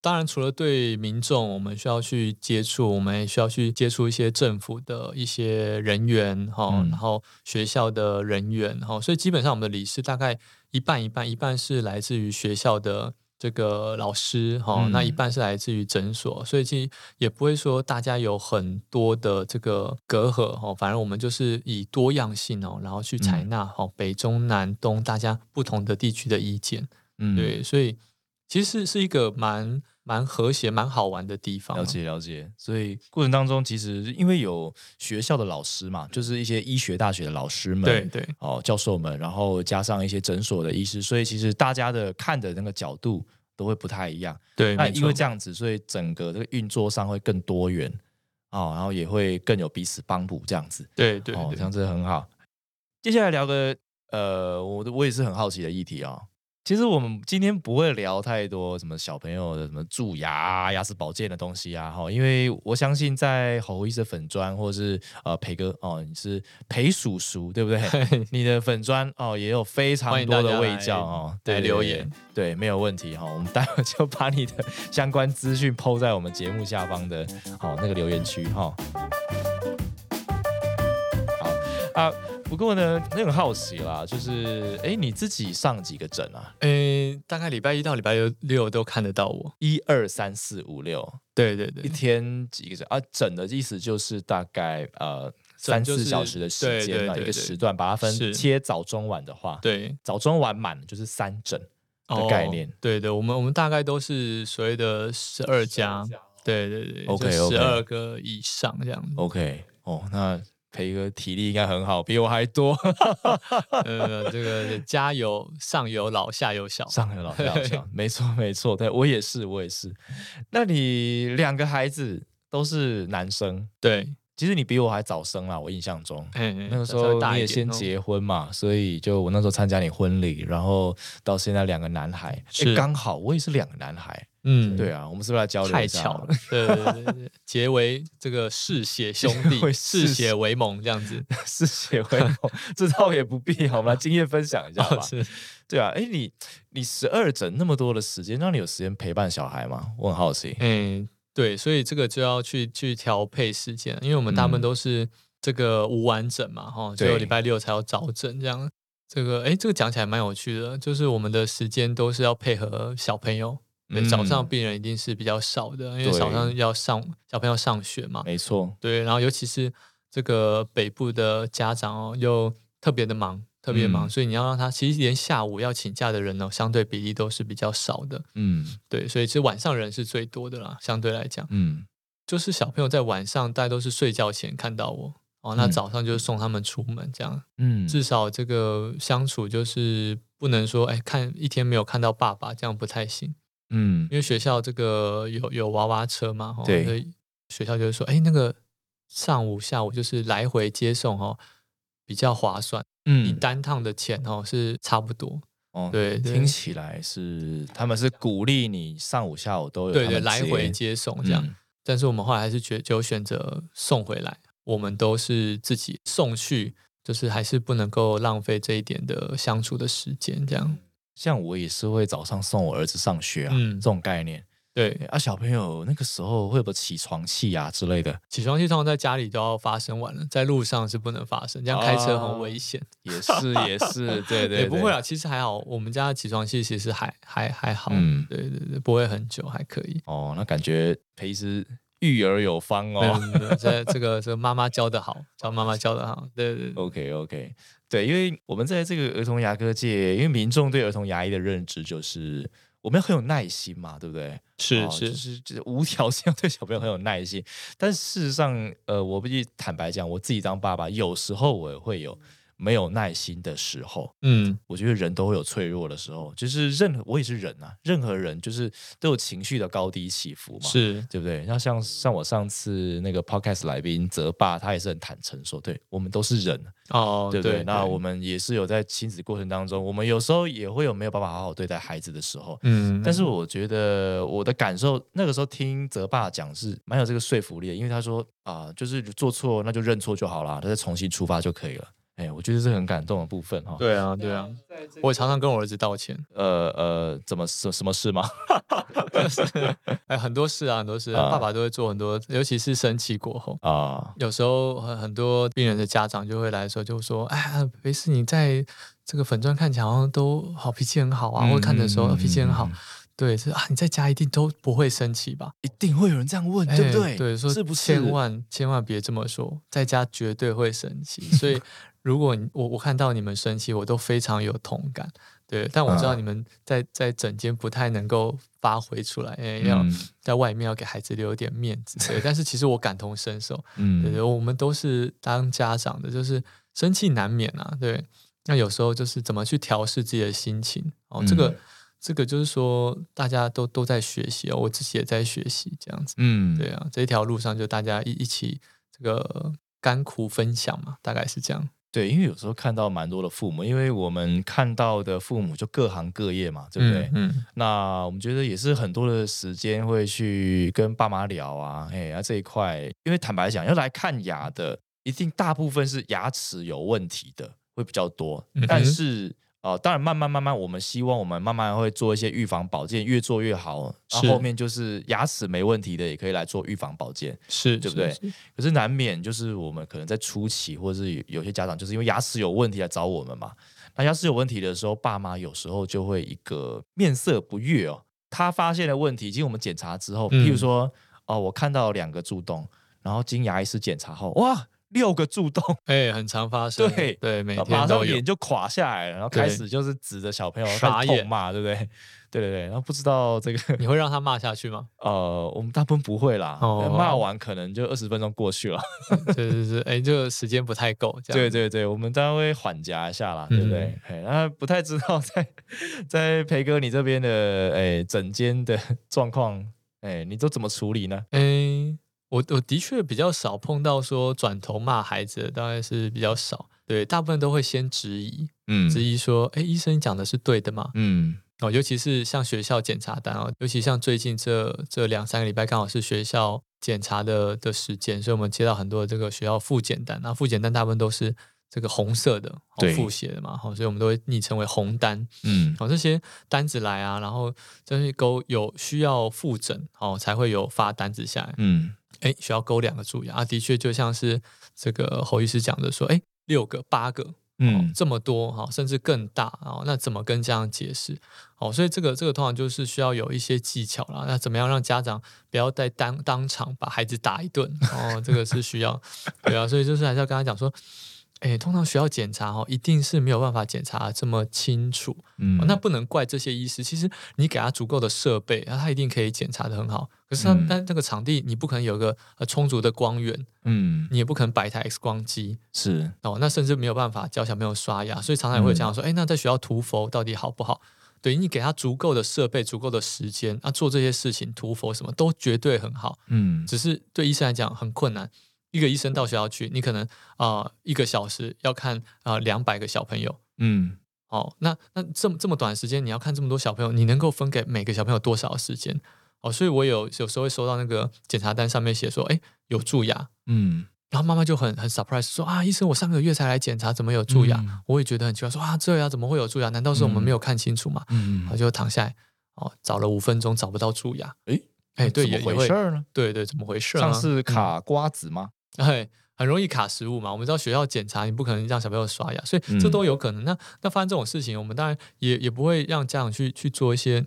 [SPEAKER 2] 当然，除了对民众，我们需要去接触，我们也需要去接触一些政府的一些人员哈、哦
[SPEAKER 1] 嗯
[SPEAKER 2] 然后学校的人员哈、哦，所以基本上我们的理事大概一半一半，一半是来自于学校的这个老师哈、哦
[SPEAKER 1] 嗯
[SPEAKER 2] 那一半是来自于诊所，所以其实也不会说大家有很多的这个隔阂哦，反正我们就是以多样性哦，然后去采
[SPEAKER 1] 嗯
[SPEAKER 2] 纳哦、北中南东大家不同的地区的意见。
[SPEAKER 1] 嗯，
[SPEAKER 2] 对，所以其实是是一个蛮蛮和谐、蛮好玩的地方啊。
[SPEAKER 1] 了解了解，所以过程当中，其实因为有学校的老师嘛，就是一些医学大学的老师们，
[SPEAKER 2] 对对
[SPEAKER 1] 哦，教授们，然后加上一些诊所的医师，所以其实大家的看的那个角度都会不太一样。
[SPEAKER 2] 对，
[SPEAKER 1] 那
[SPEAKER 2] 没
[SPEAKER 1] 因为
[SPEAKER 2] 错
[SPEAKER 1] 这样子，所以整个这个运作上会更多元哦，然后也会更有彼此帮补这样子。
[SPEAKER 2] 对对
[SPEAKER 1] 哦，
[SPEAKER 2] 对
[SPEAKER 1] 这样子很好。接下来聊个呃，我我也是很好奇的议题哦。其实我们今天不会聊太多什么小朋友的什么蛀牙啊、牙齿保健的东西啊，哈，因为我相信在侯医师粉砖或者是呃培哥哦，你是裴叔叔对不对？ *laughs*
[SPEAKER 2] 嘿
[SPEAKER 1] 你的粉砖哦也有非
[SPEAKER 2] 欢
[SPEAKER 1] 常
[SPEAKER 2] 迎
[SPEAKER 1] 多
[SPEAKER 2] 大
[SPEAKER 1] 的
[SPEAKER 2] 家
[SPEAKER 1] 味
[SPEAKER 2] 来
[SPEAKER 1] 教哦，
[SPEAKER 2] 来
[SPEAKER 1] 对
[SPEAKER 2] 留
[SPEAKER 1] 对
[SPEAKER 2] 言
[SPEAKER 1] 对，对没有问题哈、我们待会就把你的 *laughs* 相关资讯抛在我们节目下方的哦那个留言区哈、好啊，不过呢，也很好奇啦，就是哎，你自己上几个诊啊？
[SPEAKER 2] 诶，大概礼拜一到礼拜六六都看得到我。
[SPEAKER 1] 一二三四五六，
[SPEAKER 2] 对对
[SPEAKER 1] 一
[SPEAKER 2] 对，
[SPEAKER 1] 天几个诊啊？诊的意思就是大概呃三
[SPEAKER 2] 诊就
[SPEAKER 1] 四
[SPEAKER 2] 是
[SPEAKER 1] 小时的时
[SPEAKER 2] 对
[SPEAKER 1] 间
[SPEAKER 2] 对
[SPEAKER 1] 啊，
[SPEAKER 2] 对
[SPEAKER 1] 一个
[SPEAKER 2] 对
[SPEAKER 1] 时段，把它分
[SPEAKER 2] 是
[SPEAKER 1] 切早中晚的话，
[SPEAKER 2] 对
[SPEAKER 1] 早中晚满就是三诊的概念
[SPEAKER 2] 哦。对对，我们我们大概都是所谓的十二家，对对对
[SPEAKER 1] OK，OK
[SPEAKER 2] 十二个以上这样子。
[SPEAKER 1] OK，哦，那培哥体力应该很好，比我还
[SPEAKER 2] *laughs*
[SPEAKER 1] 多。
[SPEAKER 2] 呃，这个家有上有老，下有小。
[SPEAKER 1] 上有老下有小，没错没错，对我也是我也是。那你两个孩子都是男生，
[SPEAKER 2] 对，
[SPEAKER 1] 其实你比我还早生啦，我印象中。
[SPEAKER 2] 嗯，
[SPEAKER 1] 那个时
[SPEAKER 2] 稍微
[SPEAKER 1] 候
[SPEAKER 2] 大
[SPEAKER 1] 你
[SPEAKER 2] 一
[SPEAKER 1] 也
[SPEAKER 2] 点
[SPEAKER 1] 先
[SPEAKER 2] 哦
[SPEAKER 1] 结婚嘛，所以就我那时候参加你婚礼，然后到现在两个男孩，诶
[SPEAKER 2] 是
[SPEAKER 1] 刚好我也是两个男孩，
[SPEAKER 2] 嗯，
[SPEAKER 1] 对啊，我们是不是来交流
[SPEAKER 2] 太
[SPEAKER 1] 一下
[SPEAKER 2] 巧了，对对对对，结为这个嗜血兄
[SPEAKER 1] 结为
[SPEAKER 2] 弟，
[SPEAKER 1] 嗜
[SPEAKER 2] 嗜
[SPEAKER 1] 血
[SPEAKER 2] 血为盟这样子。
[SPEAKER 1] *laughs* 是血回头，这倒也不必好，我们来经验分享一下吧。
[SPEAKER 2] 是，
[SPEAKER 1] 对啊，哎，你你十二整那么多的时间，让你有时间陪伴小孩吗？我很好奇。
[SPEAKER 2] 嗯，对，所以这个就要去去调配时间，因为我们大部分
[SPEAKER 1] 嗯
[SPEAKER 2] 都是这个无完整嘛，哈，只有
[SPEAKER 1] 对
[SPEAKER 2] 礼拜六才要早诊这样。这个，哎，这个讲起来蛮有趣的，就是我们的时间都是要配合小朋友。对，早上
[SPEAKER 1] 嗯
[SPEAKER 2] 病人一定是比较少的，因为
[SPEAKER 1] 对
[SPEAKER 2] 早上要上小朋友上学嘛。
[SPEAKER 1] 没错，
[SPEAKER 2] 对，然后尤其是这个北部的家长哦，又特别的忙，特别忙，
[SPEAKER 1] 嗯
[SPEAKER 2] 所以你要让他其实连下午要请假的人哦，相对比例都是比较少的。
[SPEAKER 1] 嗯
[SPEAKER 2] 对，所以其实晚上人是最多的啦，相对来讲，
[SPEAKER 1] 嗯，
[SPEAKER 2] 就是小朋友在晚上大家都是睡觉前看到我。哦，那
[SPEAKER 1] 嗯
[SPEAKER 2] 早上就送他们出门，这样、
[SPEAKER 1] 嗯，
[SPEAKER 2] 至少这个相处就是不能说，哎，看一天没有看到爸爸，这样不太行。
[SPEAKER 1] 嗯
[SPEAKER 2] 因为学校这个有有娃娃车嘛，哈，
[SPEAKER 1] 对
[SPEAKER 2] 所以学校就会说，哎，那个上午下午就是来回接送哦，比较划算，你
[SPEAKER 1] 嗯，
[SPEAKER 2] 单趟的钱哦是差不多，
[SPEAKER 1] 哦，
[SPEAKER 2] 对对
[SPEAKER 1] 听起来是他们是鼓励你上午下午都有
[SPEAKER 2] 对
[SPEAKER 1] 他
[SPEAKER 2] 对，
[SPEAKER 1] 们
[SPEAKER 2] 来回接送
[SPEAKER 1] 嗯
[SPEAKER 2] 这样。但是我们后来还是决就选择送回来，我们都是自己送去，就是还是不能够浪费这一点的相处的时间，这样。
[SPEAKER 1] 像我也是会早上送我儿子上学啊，
[SPEAKER 2] 嗯
[SPEAKER 1] 这种概念。
[SPEAKER 2] 对
[SPEAKER 1] 对，啊，小朋友那个时候会有个起床气啊之
[SPEAKER 2] *laughs*
[SPEAKER 1] 类的，
[SPEAKER 2] 起床气通常在家里都要发生完了，在路上是不能发生，这样开车
[SPEAKER 1] 哦
[SPEAKER 2] 很危险。
[SPEAKER 1] 也是也是，对对，
[SPEAKER 2] *laughs* 也不
[SPEAKER 1] 对
[SPEAKER 2] 会啊，。其实还好，我们家的起床气其实还还还好，
[SPEAKER 1] 嗯
[SPEAKER 2] 对对对，不会很久，还可以。
[SPEAKER 1] 哦，那感觉裴医师育儿有方
[SPEAKER 2] 没有
[SPEAKER 1] 哦。
[SPEAKER 2] 没有没有这这个这个妈妈教的好，教妈妈教的好，对对对，
[SPEAKER 1] OK OK，对，因为我们在这个儿童牙科界，因为民众对儿童牙医的认知就是我们要很有耐心嘛，对不对？
[SPEAKER 2] 是
[SPEAKER 1] 哦就是就是无条件要对小朋友很有耐心。但事实上，呃，我必须坦白讲，我自己当爸爸，有时候我也会有没有耐心的时候。
[SPEAKER 2] 嗯，
[SPEAKER 1] 我觉得人都会有脆弱的时候，就是任何我也是人啊，任何人就是都有情绪的高低起伏嘛。
[SPEAKER 2] 是，
[SPEAKER 1] 对不对？那像像我上次那个 podcast 来宾泽爸，他也是很坦诚说，对我们都是人，啊
[SPEAKER 2] 哦，
[SPEAKER 1] 对不对？
[SPEAKER 2] 对，
[SPEAKER 1] 那我们也是有在亲子过程当中，我们有时候也会有没有办法好好对待孩子的时候。
[SPEAKER 2] 嗯，
[SPEAKER 1] 但是我觉得我的感受，那个时候听泽爸讲是蛮有这个说服力的，因为他说啊、就是做错那就认错就好啦，他再重新出发就可以了。哎，我觉得这是很感动的部分哈、
[SPEAKER 2] 对啊对啊，我也常常跟我儿子道歉，
[SPEAKER 1] 呃呃，怎么什什么事吗？ *laughs*
[SPEAKER 2] 哎，很多事啊，很多事啊，
[SPEAKER 1] 啊
[SPEAKER 2] 爸爸都会做很多，尤其是生气过后。
[SPEAKER 1] 啊、
[SPEAKER 2] 有时候很很多病人的家长就会来说，就说：“哎，没事，你在这个粉砖看起来好像都好脾气很好啊，或看的时候
[SPEAKER 1] 嗯
[SPEAKER 2] 脾气很好
[SPEAKER 1] 嗯嗯，
[SPEAKER 2] 对，是啊，你在家一定都不会生气吧？
[SPEAKER 1] 一定会有人这样问，
[SPEAKER 2] 哎
[SPEAKER 1] 对不对？
[SPEAKER 2] 对，说
[SPEAKER 1] 是不是？
[SPEAKER 2] 千万千万别这么说，在家绝对会生气。所
[SPEAKER 1] *laughs*
[SPEAKER 2] 以，如果你我我看到你们生气，我都非常有同感。对，但我知道
[SPEAKER 1] 嗯
[SPEAKER 2] 你们在、在整间不太能够发挥出来，哎，要、
[SPEAKER 1] 嗯
[SPEAKER 2] 在外面要给孩子留一点面子。对，但是其实我感同身受，对
[SPEAKER 1] 嗯
[SPEAKER 2] 对，我们都是当家长的，就是生气难免啊。对，那有时候就是怎么去调试自己的心情哦，这个、
[SPEAKER 1] 嗯
[SPEAKER 2] 这个就是说大家都都在学习哦，我自己也在学习这样子。
[SPEAKER 1] 嗯，
[SPEAKER 2] 对啊，这一条路上就大家一一起这个甘苦分享嘛，大概是这样。
[SPEAKER 1] 对，因为有时候看到蛮多的父母，因为我们看到的父母就各行各业嘛，对不对？
[SPEAKER 2] 嗯？嗯，
[SPEAKER 1] 那我们觉得也是很多的时间会去跟爸妈聊啊，哎，啊这一块，因为坦白讲，要来看牙的，一定大部分是牙齿有问题的会比较多，
[SPEAKER 2] 嗯哼
[SPEAKER 1] 但是呃，当然慢慢慢慢，我们希望我们慢慢会做一些预防保健，越做越好。那
[SPEAKER 2] 是
[SPEAKER 1] 后面就是牙齿没问题的，也可以来做预防保健。
[SPEAKER 2] 是
[SPEAKER 1] 对不对？
[SPEAKER 2] 是是
[SPEAKER 1] 可是难免就是我们可能在初期，或者是有有些家长就是因为牙齿有问题来找我们嘛。那牙齿有问题的时候，爸妈有时候就会一个面色不悦哦。他发现了问题，经我们检查之后，
[SPEAKER 2] 嗯
[SPEAKER 1] 譬如说，哦、我看到两个蛀洞，然后经牙医师检查后，哇，六个蛀洞，
[SPEAKER 2] 哎，很常发生，
[SPEAKER 1] 对
[SPEAKER 2] 对，每
[SPEAKER 1] 然后
[SPEAKER 2] 天
[SPEAKER 1] 马上
[SPEAKER 2] 都有
[SPEAKER 1] 脸，就垮下来了，然后
[SPEAKER 2] 对
[SPEAKER 1] 开始就是指着小朋友
[SPEAKER 2] 傻
[SPEAKER 1] 开始痛
[SPEAKER 2] 眼
[SPEAKER 1] 骂，对不对？ *laughs* 对对对，然后不知道这个
[SPEAKER 2] 你会让他骂下去吗？ *laughs*
[SPEAKER 1] 呃，我们大部分不会啦，
[SPEAKER 2] 哦
[SPEAKER 1] 骂完可能就二十分钟过去了。
[SPEAKER 2] 对对对，哎，这个时间不太够，这样
[SPEAKER 1] 对对对，我们当然会缓夹一下啦，对不对？哎、那不太知道在 *laughs* 在培哥你这边的哎整间的状况，哎，你都怎么处理呢？
[SPEAKER 2] 诶，我我的确比较少碰到说转头骂孩子的，当然是比较少。对，大部分都会先质疑，
[SPEAKER 1] 嗯
[SPEAKER 2] 质疑说，诶，医生讲的是对的吗？
[SPEAKER 1] 嗯
[SPEAKER 2] 哦，尤其是像学校检查单哦，尤其像最近这这两三个礼拜，刚好是学校检查的的时间，所以我们接到很多这个学校复检单，那复检单大部分都是这个红色的，哦
[SPEAKER 1] 对、
[SPEAKER 2] 复写的嘛，哦，所以我们都会昵称为红单。
[SPEAKER 1] 嗯
[SPEAKER 2] 哦，这些单子来啊，然后真是勾有需要复诊哦，才会有发单子下来。
[SPEAKER 1] 嗯，
[SPEAKER 2] 哎，需要勾两个蛀牙啊，的确就像是这个侯医师讲的说，哎，六个、八个，哦
[SPEAKER 1] 嗯，
[SPEAKER 2] 这么多哈、哦甚至更大哦，那怎么跟家长解释？哦，所以这个这个通常就是需要有一些技巧啦。那怎么样让家长不要在当当场把孩子打一顿？哦，这个是需要，对啊，所以就是还是要跟他讲说。哎，通常学校检查哦，一定是没有办法检查这么清楚、
[SPEAKER 1] 嗯
[SPEAKER 2] 哦那不能怪这些医师。其实你给他足够的设备，那他一定可以检查的很好。可是他、
[SPEAKER 1] 嗯
[SPEAKER 2] 但那个场地，你不可能有个呃充足的光源，
[SPEAKER 1] 嗯
[SPEAKER 2] 你也不可能摆一台 X 光机，
[SPEAKER 1] 是
[SPEAKER 2] 哦，那甚至没有办法教小朋友刷牙，所以常常也会有家
[SPEAKER 1] 嗯
[SPEAKER 2] 长说，哎、那在学校涂氟到底好不好？对你给他足够的设备、足够的时间，啊，做这些事情涂氟什么都绝对很好，
[SPEAKER 1] 嗯
[SPEAKER 2] 只是对医生来讲很困难。一个医生到学校去，你可能啊、呃一个小时要看啊两百个小朋友，
[SPEAKER 1] 嗯
[SPEAKER 2] 哦，那那这么这么短的时间，你要看这么多小朋友，你能够分给每个小朋友多少时间？哦，所以我有有时候会收到那个检查单上面写说，哎，有蛀牙，
[SPEAKER 1] 嗯
[SPEAKER 2] 然后妈妈就很很 surprise 说啊，医生，我上个月才来检查，怎么有蛀牙？
[SPEAKER 1] 嗯
[SPEAKER 2] 我也觉得很奇怪，说啊，这牙怎么会有蛀牙？难道是我们没有看清楚吗？
[SPEAKER 1] 嗯
[SPEAKER 2] 然后就躺下来，哦，找了五分钟找不到蛀牙，
[SPEAKER 1] 诶
[SPEAKER 2] 哎，对，
[SPEAKER 1] 怎
[SPEAKER 2] 也
[SPEAKER 1] 么
[SPEAKER 2] 也
[SPEAKER 1] 回
[SPEAKER 2] 会
[SPEAKER 1] 事，儿呢？
[SPEAKER 2] 对对，怎么回事、啊？
[SPEAKER 1] 上次卡瓜子吗？
[SPEAKER 2] 哎，很容易卡食物嘛。我们知道学校检查，你不可能让小朋友刷牙，所以
[SPEAKER 1] 嗯
[SPEAKER 2] 这都有可能。那那发生这种事情，我们当然也也不会让家长去去做一些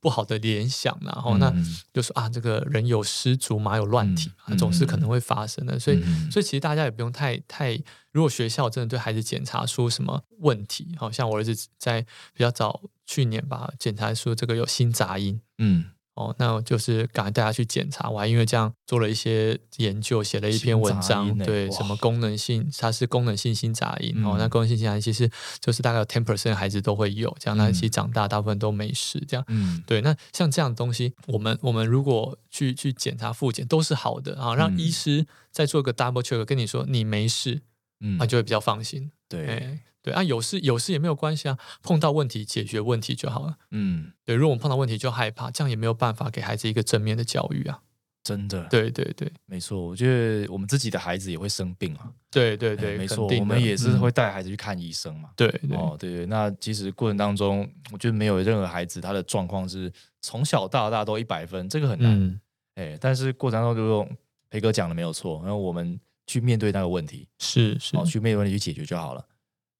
[SPEAKER 2] 不好的联想啦，然后、那
[SPEAKER 1] 嗯
[SPEAKER 2] 就说啊，这个人有失足，马有乱蹄
[SPEAKER 1] 嗯，
[SPEAKER 2] 啊，总是可能会发生的。所以，
[SPEAKER 1] 嗯
[SPEAKER 2] 所以其实大家也不用太太，如果学校真的对孩子检查出什么问题，好、像我儿子在比较早去年吧，检查出这个有新杂音，
[SPEAKER 1] 嗯，
[SPEAKER 2] 哦，那我就是赶快带他去检查，我还因为这样做了一些研究，写了一篇文
[SPEAKER 1] 新杂
[SPEAKER 2] 章
[SPEAKER 1] 音，欸
[SPEAKER 2] 对
[SPEAKER 1] 哇
[SPEAKER 2] 什么功能性，它是功能性新杂音、哦
[SPEAKER 1] 嗯，
[SPEAKER 2] 那功能性新杂音其实就是大概有 ten percent 孩子都会有，这样，那
[SPEAKER 1] 嗯
[SPEAKER 2] 其实长大大部分都没事，这样。
[SPEAKER 1] 嗯
[SPEAKER 2] 对，那像这样的东西，我们我们如果去去检查复检都是好的啊，让
[SPEAKER 1] 嗯
[SPEAKER 2] 医师再做个 double check，跟你说你没事，
[SPEAKER 1] 嗯
[SPEAKER 2] 那、就会比较放心。
[SPEAKER 1] 对，
[SPEAKER 2] 哎，对啊，有事有事也没有关系啊，碰到问题解决问题就好了。
[SPEAKER 1] 嗯，
[SPEAKER 2] 对，如果我们碰到问题就害怕，这样也没有办法给孩子一个正面的教育啊。
[SPEAKER 1] 真的，
[SPEAKER 2] 对对对
[SPEAKER 1] 没错，我觉得我们自己的孩子也会生病啊。
[SPEAKER 2] 对对对，
[SPEAKER 1] 哎没
[SPEAKER 2] 肯
[SPEAKER 1] 错，
[SPEAKER 2] 定
[SPEAKER 1] 我
[SPEAKER 2] 的
[SPEAKER 1] 们也是
[SPEAKER 2] 嗯
[SPEAKER 1] 会带孩子去看医生嘛。
[SPEAKER 2] 对对、
[SPEAKER 1] 哦，对对，那其实过程当中，我觉得没有任何孩子他的状况是从小到大都一百分，这个很难。
[SPEAKER 2] 嗯
[SPEAKER 1] 哎、但是过程当中就用培哥讲的没有错，然后我们去面对那个问题，
[SPEAKER 2] 是是、
[SPEAKER 1] 哦，去面对问题去解决就好了。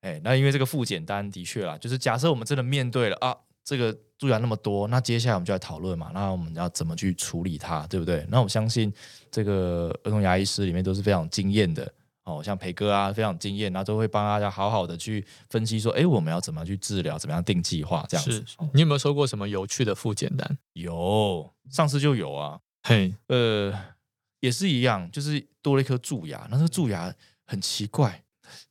[SPEAKER 1] 哎、那因为这个复简单的确啦，就是假设我们真的面对了啊，这个蛀牙那么多，那接下来我们就来讨论嘛，那我们要怎么去处理它，对不对？那我相信这个儿童牙医师里面都是非常有经验的。哦，像培哥啊，非常有经验，然后都会帮大家好好的去分析说，哎，我们要怎么样去治疗，怎么样定计划，这样子哦
[SPEAKER 2] 是。是你有没有收过什么有趣的复检单？
[SPEAKER 1] 有，上次就有啊，
[SPEAKER 2] 嘿，
[SPEAKER 1] 呃，也是一样，就是多了一颗蛀牙。那这蛀牙很奇怪，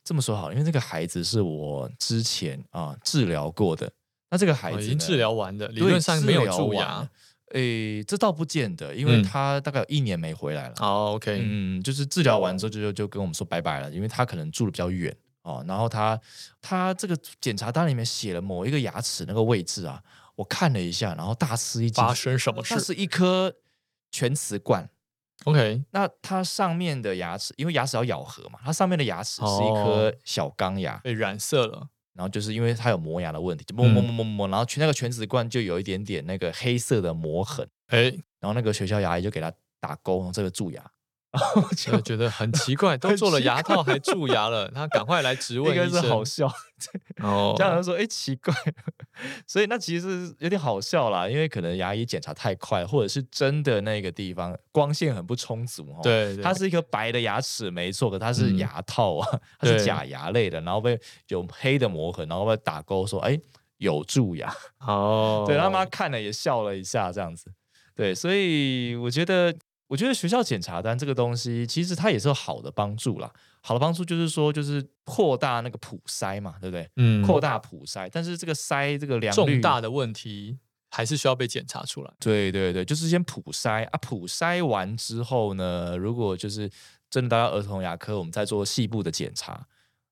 [SPEAKER 1] 这么说好了，因为这个孩子是我之前啊、治疗过的，那这个孩
[SPEAKER 2] 哦
[SPEAKER 1] 子
[SPEAKER 2] 已经
[SPEAKER 1] 呢
[SPEAKER 2] 治疗完的，理
[SPEAKER 1] 对
[SPEAKER 2] 论上
[SPEAKER 1] 治
[SPEAKER 2] 没有
[SPEAKER 1] 疗
[SPEAKER 2] 蛀
[SPEAKER 1] 完
[SPEAKER 2] 牙
[SPEAKER 1] 了。诶，这倒不见得，因为
[SPEAKER 2] 嗯
[SPEAKER 1] 他大概有一年没回来了。
[SPEAKER 2] 哦，OK，、哦
[SPEAKER 1] 嗯，就是治疗完之后就就就跟我们说拜拜了，因为他可能住的比较远哦。然后他他这个检查单里面写了某一个牙齿那个位置啊，我看了一下，然后大吃一惊，
[SPEAKER 2] 发生什么事
[SPEAKER 1] 那是一颗全瓷冠。
[SPEAKER 2] ？OK，
[SPEAKER 1] 那它上面的牙齿，因为牙齿要咬合嘛，它上面的牙齿是一
[SPEAKER 2] 哦
[SPEAKER 1] 颗小钢牙，
[SPEAKER 2] 被染色了。
[SPEAKER 1] 然后就是因为它有磨牙的问题，就磨
[SPEAKER 2] 嗯
[SPEAKER 1] 磨磨磨磨，然后去那个全瓷冠就有一点点那个黑色的磨痕，
[SPEAKER 2] 哎，
[SPEAKER 1] 然后那个学校牙医就给他打勾，然后这个蛀 *laughs* 牙，然后就
[SPEAKER 2] 就觉得很
[SPEAKER 1] *laughs*
[SPEAKER 2] 奇怪，都
[SPEAKER 1] 很
[SPEAKER 2] 做了
[SPEAKER 1] 奇
[SPEAKER 2] 牙套还蛀牙了，他赶快来质问
[SPEAKER 1] *laughs* 应该
[SPEAKER 2] 医
[SPEAKER 1] 是
[SPEAKER 2] 生
[SPEAKER 1] 好。笑。
[SPEAKER 2] 哦，
[SPEAKER 1] 家长就说：“哎、奇怪。” *laughs* 所以那其实是有点好笑啦，因为可能牙医检查太快，或者是真的那个地方光线很不充足哦。，
[SPEAKER 2] 对，对
[SPEAKER 1] 它是一颗白的牙齿没错，可它是
[SPEAKER 2] 嗯
[SPEAKER 1] 牙套啊，
[SPEAKER 2] *laughs*
[SPEAKER 1] 它是
[SPEAKER 2] 对
[SPEAKER 1] 假牙类的，然后被有黑的磨痕，然后被打勾说：“哎、有蛀牙。”
[SPEAKER 2] 哦，
[SPEAKER 1] 对他妈看了也笑了一下，这样子。对，所以我觉得，我觉得学校检查单这个东西，其实它也是有好的帮助啦。好的帮助就是说，就是扩大那个普筛嘛，对不对？
[SPEAKER 2] 嗯，
[SPEAKER 1] 扩大普筛，但是这个筛这个良率
[SPEAKER 2] 重大的问题还是需要被检查出来。
[SPEAKER 1] 对对对，就是先普筛啊，普筛完之后呢，如果就是真的到儿童牙科，我们再做细部的检查，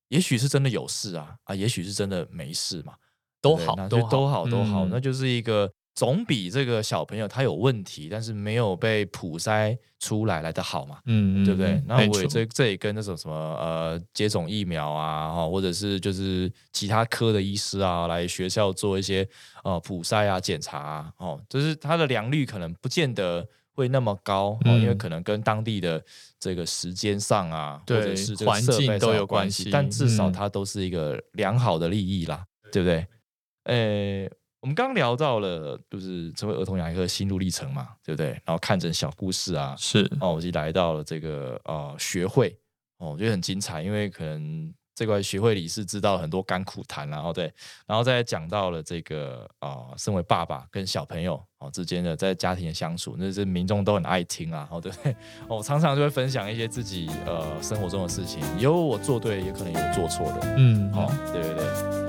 [SPEAKER 1] 也许是真的有事啊，啊，也许是真的没事嘛，
[SPEAKER 2] 都
[SPEAKER 1] 对
[SPEAKER 2] 好
[SPEAKER 1] 那
[SPEAKER 2] 都
[SPEAKER 1] 就都好，
[SPEAKER 2] 好
[SPEAKER 1] 都好，
[SPEAKER 2] 嗯
[SPEAKER 1] 那就是一个总比这个小朋友他有问题，但是没有被普筛出来来的好嘛。
[SPEAKER 2] 嗯，
[SPEAKER 1] 对不对
[SPEAKER 2] 嗯？
[SPEAKER 1] 那
[SPEAKER 2] 没
[SPEAKER 1] 我也
[SPEAKER 2] 错
[SPEAKER 1] 这这也跟那种什么呃接种疫苗啊，哈，或者是就是其他科的医师啊，来学校做一些呃普筛啊检查啊，哦，就是它的良率可能不见得会那么高，哦，因为
[SPEAKER 2] 嗯
[SPEAKER 1] 可能跟当地的这个时间上啊，或
[SPEAKER 2] 对
[SPEAKER 1] 者是这个
[SPEAKER 2] 环
[SPEAKER 1] 设备
[SPEAKER 2] 境
[SPEAKER 1] 上
[SPEAKER 2] 都
[SPEAKER 1] 有
[SPEAKER 2] 有
[SPEAKER 1] 关
[SPEAKER 2] 关
[SPEAKER 1] 系，
[SPEAKER 2] 系
[SPEAKER 1] 但至少
[SPEAKER 2] 嗯
[SPEAKER 1] 它都是一个良好的利益啦，对不对？呃，我们刚聊到了就是成为儿童牙医科的心路历程嘛，对不对？然后看诊小故事啊，
[SPEAKER 2] 是
[SPEAKER 1] 哦，我就来到了这个呃学会哦，我觉得很精彩，因为可能这块学会里是知道很多甘苦谈啦，然后对，然后再讲到了这个啊、呃身为爸爸跟小朋友哦之间的在家庭的相处，那是民众都很爱听啊，哦对不对？ *laughs* 哦，我常常就会分享一些自己呃生活中的事情，有我做对，也可能有做错的，
[SPEAKER 2] 嗯
[SPEAKER 1] 哦，对对对。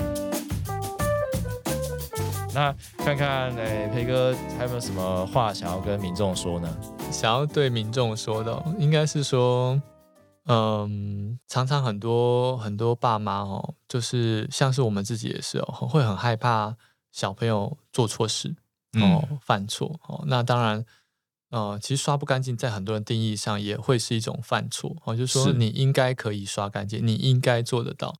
[SPEAKER 1] 那看看，哎，培哥还有没有什么话想要跟民众说呢？
[SPEAKER 2] 嗯想要对民众说的哦，应该是说，嗯，常常很多很多爸妈哦，就是像是我们自己也是哦，会很害怕小朋友做错事
[SPEAKER 1] 嗯
[SPEAKER 2] 哦，犯错哦。那当然，呃，其实刷不干净，在很多人定义上也会是一种犯错哦，就是说
[SPEAKER 1] 是
[SPEAKER 2] 你应该可以刷干净，你应该做得到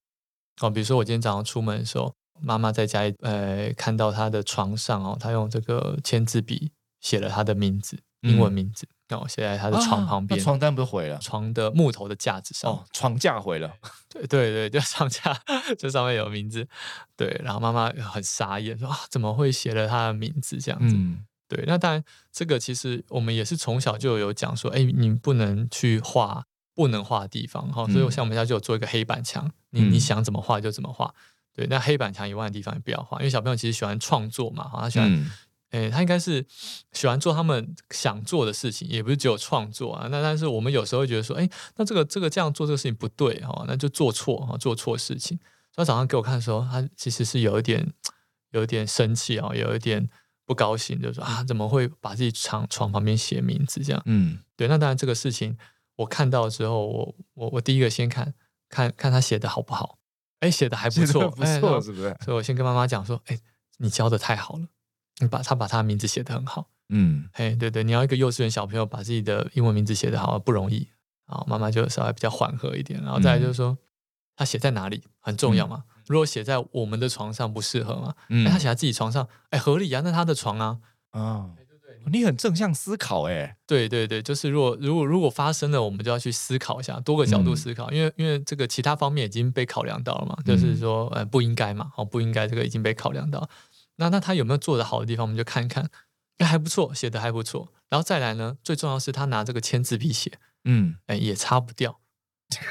[SPEAKER 2] 哦。比如说我今天早上出门的时候，妈妈在家里呃看到她的床上哦，她用这个签字笔写了她的名字。英
[SPEAKER 1] 嗯
[SPEAKER 2] 文名字，然后写在他的床旁
[SPEAKER 1] 啊
[SPEAKER 2] 边，
[SPEAKER 1] 那床单不是毁了？
[SPEAKER 2] 床的木头的架子上。
[SPEAKER 1] 哦，床架毁了，
[SPEAKER 2] 对对对，就上架，这上面有名字。对，然后妈妈很傻眼，说啊，怎么会写了他的名字这样
[SPEAKER 1] *laughs*
[SPEAKER 2] 子？
[SPEAKER 1] 嗯，
[SPEAKER 2] 对，那当然，这个其实我们也是从小就有讲说，哎，你不能去画不能画的地方哈、所以
[SPEAKER 1] 嗯
[SPEAKER 2] 像我们家就有做一个黑板墙，你你
[SPEAKER 1] 嗯
[SPEAKER 2] 想怎么画就怎么画。对，那黑板墙以外的地方也不要画，因为小朋友其实喜欢创作嘛，哈他喜欢
[SPEAKER 1] 嗯
[SPEAKER 2] 诶、他应该是喜欢做他们想做的事情，也不是只有创作啊。那但是我们有时候会觉得说，诶，那这个这个这样做这个事情不对哦，那就做错哦，做错事情。所以他早上给我看的时候，他其实是有一点有一点生气哦，有一点不高兴，就说啊，怎么会把自己床床旁边写名字这
[SPEAKER 1] *laughs*
[SPEAKER 2] 样？
[SPEAKER 1] 嗯
[SPEAKER 2] 对，那当然这个事情我看到之后，我我我第一个先看看看他写的好不好，诶，写的还不错，
[SPEAKER 1] 不
[SPEAKER 2] 诶那
[SPEAKER 1] 错，是哎不是？
[SPEAKER 2] 所以我先跟妈妈讲说，哎、你教的太好了，你把他把他的名字写得很好，
[SPEAKER 1] 嗯
[SPEAKER 2] 哎，对对，你要一个幼稚园小朋友把自己的英文名字写得好不容易，好，妈妈就稍微比较缓和一点，然后再来就是说，他写在哪里很重要嘛，如果写在我们的床上不适合嘛，哎、
[SPEAKER 1] 嗯
[SPEAKER 2] 他写在自己床上，哎，合理啊，那他的床啊，
[SPEAKER 1] 啊，你很正向思考，哎，
[SPEAKER 2] 对对对，就是如果如果如果发生了，我们就要去思考一下，多个角度
[SPEAKER 1] 嗯
[SPEAKER 2] 思考，因为因为这个其他方面已经被考量到了嘛，就是
[SPEAKER 1] 嗯
[SPEAKER 2] 说呃不应该嘛，哦不应该这个已经被考量到。那那他有没有做的好的地方，我们就看看，哎还不错，写的还不错。然后再来呢，最重要是他拿这个签字笔写，
[SPEAKER 1] 嗯，
[SPEAKER 2] 哎也擦不掉，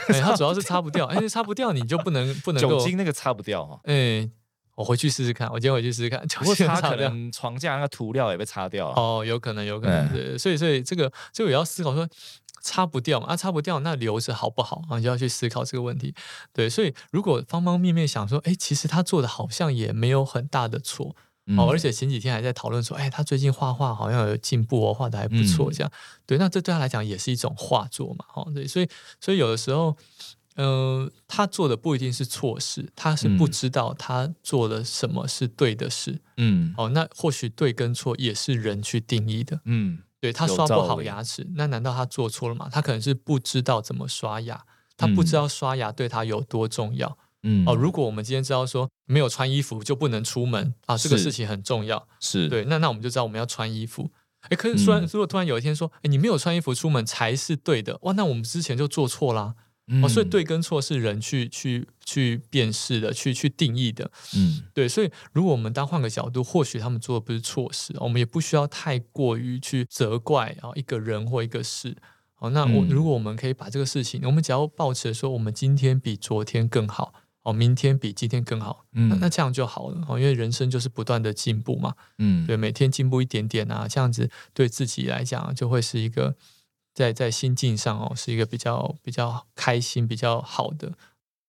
[SPEAKER 2] 哎他主要是擦不掉，哎擦不掉你就不能不能
[SPEAKER 1] 酒
[SPEAKER 2] 够，
[SPEAKER 1] 精那个擦不掉 *laughs* 哈，
[SPEAKER 2] 哎我回去试试看，我今天回去试试看，酒
[SPEAKER 1] 不过
[SPEAKER 2] 精
[SPEAKER 1] 擦
[SPEAKER 2] 擦
[SPEAKER 1] 可
[SPEAKER 2] 不掉。
[SPEAKER 1] 能床架那个涂料也被擦掉了，
[SPEAKER 2] 哦，有可能，有可能，
[SPEAKER 1] 嗯
[SPEAKER 2] 对，所以所以这个这个也要思考说。擦不掉嘛，啊，擦不掉，那留着好不好啊？你就要去思考这个问题。对，所以如果方方面面想说，哎，其实他做的好像也没有很大的错
[SPEAKER 1] 嗯
[SPEAKER 2] 哦，而且前几天还在讨论说，哎，他最近画画好像有进步哦，画的还不
[SPEAKER 1] 嗯
[SPEAKER 2] 错，这样。对，那这对他来讲也是一种画作嘛，哦，对，所以所以有的时候，嗯、他做的不一定是错事，他是不
[SPEAKER 1] 嗯
[SPEAKER 2] 知道他做了什么是对的事。
[SPEAKER 1] 嗯
[SPEAKER 2] 哦，那或许对跟错也是人去定义的。
[SPEAKER 1] 嗯
[SPEAKER 2] 对他
[SPEAKER 1] 有
[SPEAKER 2] 刷不
[SPEAKER 1] 道
[SPEAKER 2] 好
[SPEAKER 1] 理
[SPEAKER 2] 牙齿，那难道他做错了吗？他可能是不知道怎么刷牙，他不
[SPEAKER 1] 嗯
[SPEAKER 2] 知道刷牙对他有多重要，
[SPEAKER 1] 嗯
[SPEAKER 2] 哦，如果我们今天知道说没有穿衣服就不能出门啊，这个
[SPEAKER 1] 是
[SPEAKER 2] 事情很重要，
[SPEAKER 1] 是
[SPEAKER 2] 对，那那我们就知道我们要穿衣服。哎，可是突然、
[SPEAKER 1] 嗯
[SPEAKER 2] 如果突然有一天说，哎，你没有穿衣服出门才是对的，哇，那我们之前就做错啦。
[SPEAKER 1] 嗯
[SPEAKER 2] 哦，所以对跟错是人去去去辨识的，去去定义的。
[SPEAKER 1] 嗯
[SPEAKER 2] 对，所以如果我们当换个角度，或许他们做的不是错事，我们也不需要太过于去责怪啊一个人或一个事。哦，那我、
[SPEAKER 1] 嗯
[SPEAKER 2] 如果我们可以把这个事情，我们只要保持说，我们今天比昨天更好，哦，明天比今天更好，那
[SPEAKER 1] 嗯
[SPEAKER 2] 那这样就好了。哦，因为人生就是不断的进步嘛，
[SPEAKER 1] 嗯
[SPEAKER 2] 对，每天进步一点点啊，这样子对自己来讲就会是一个在在心境上哦，是一个比较比较开心、比较好的。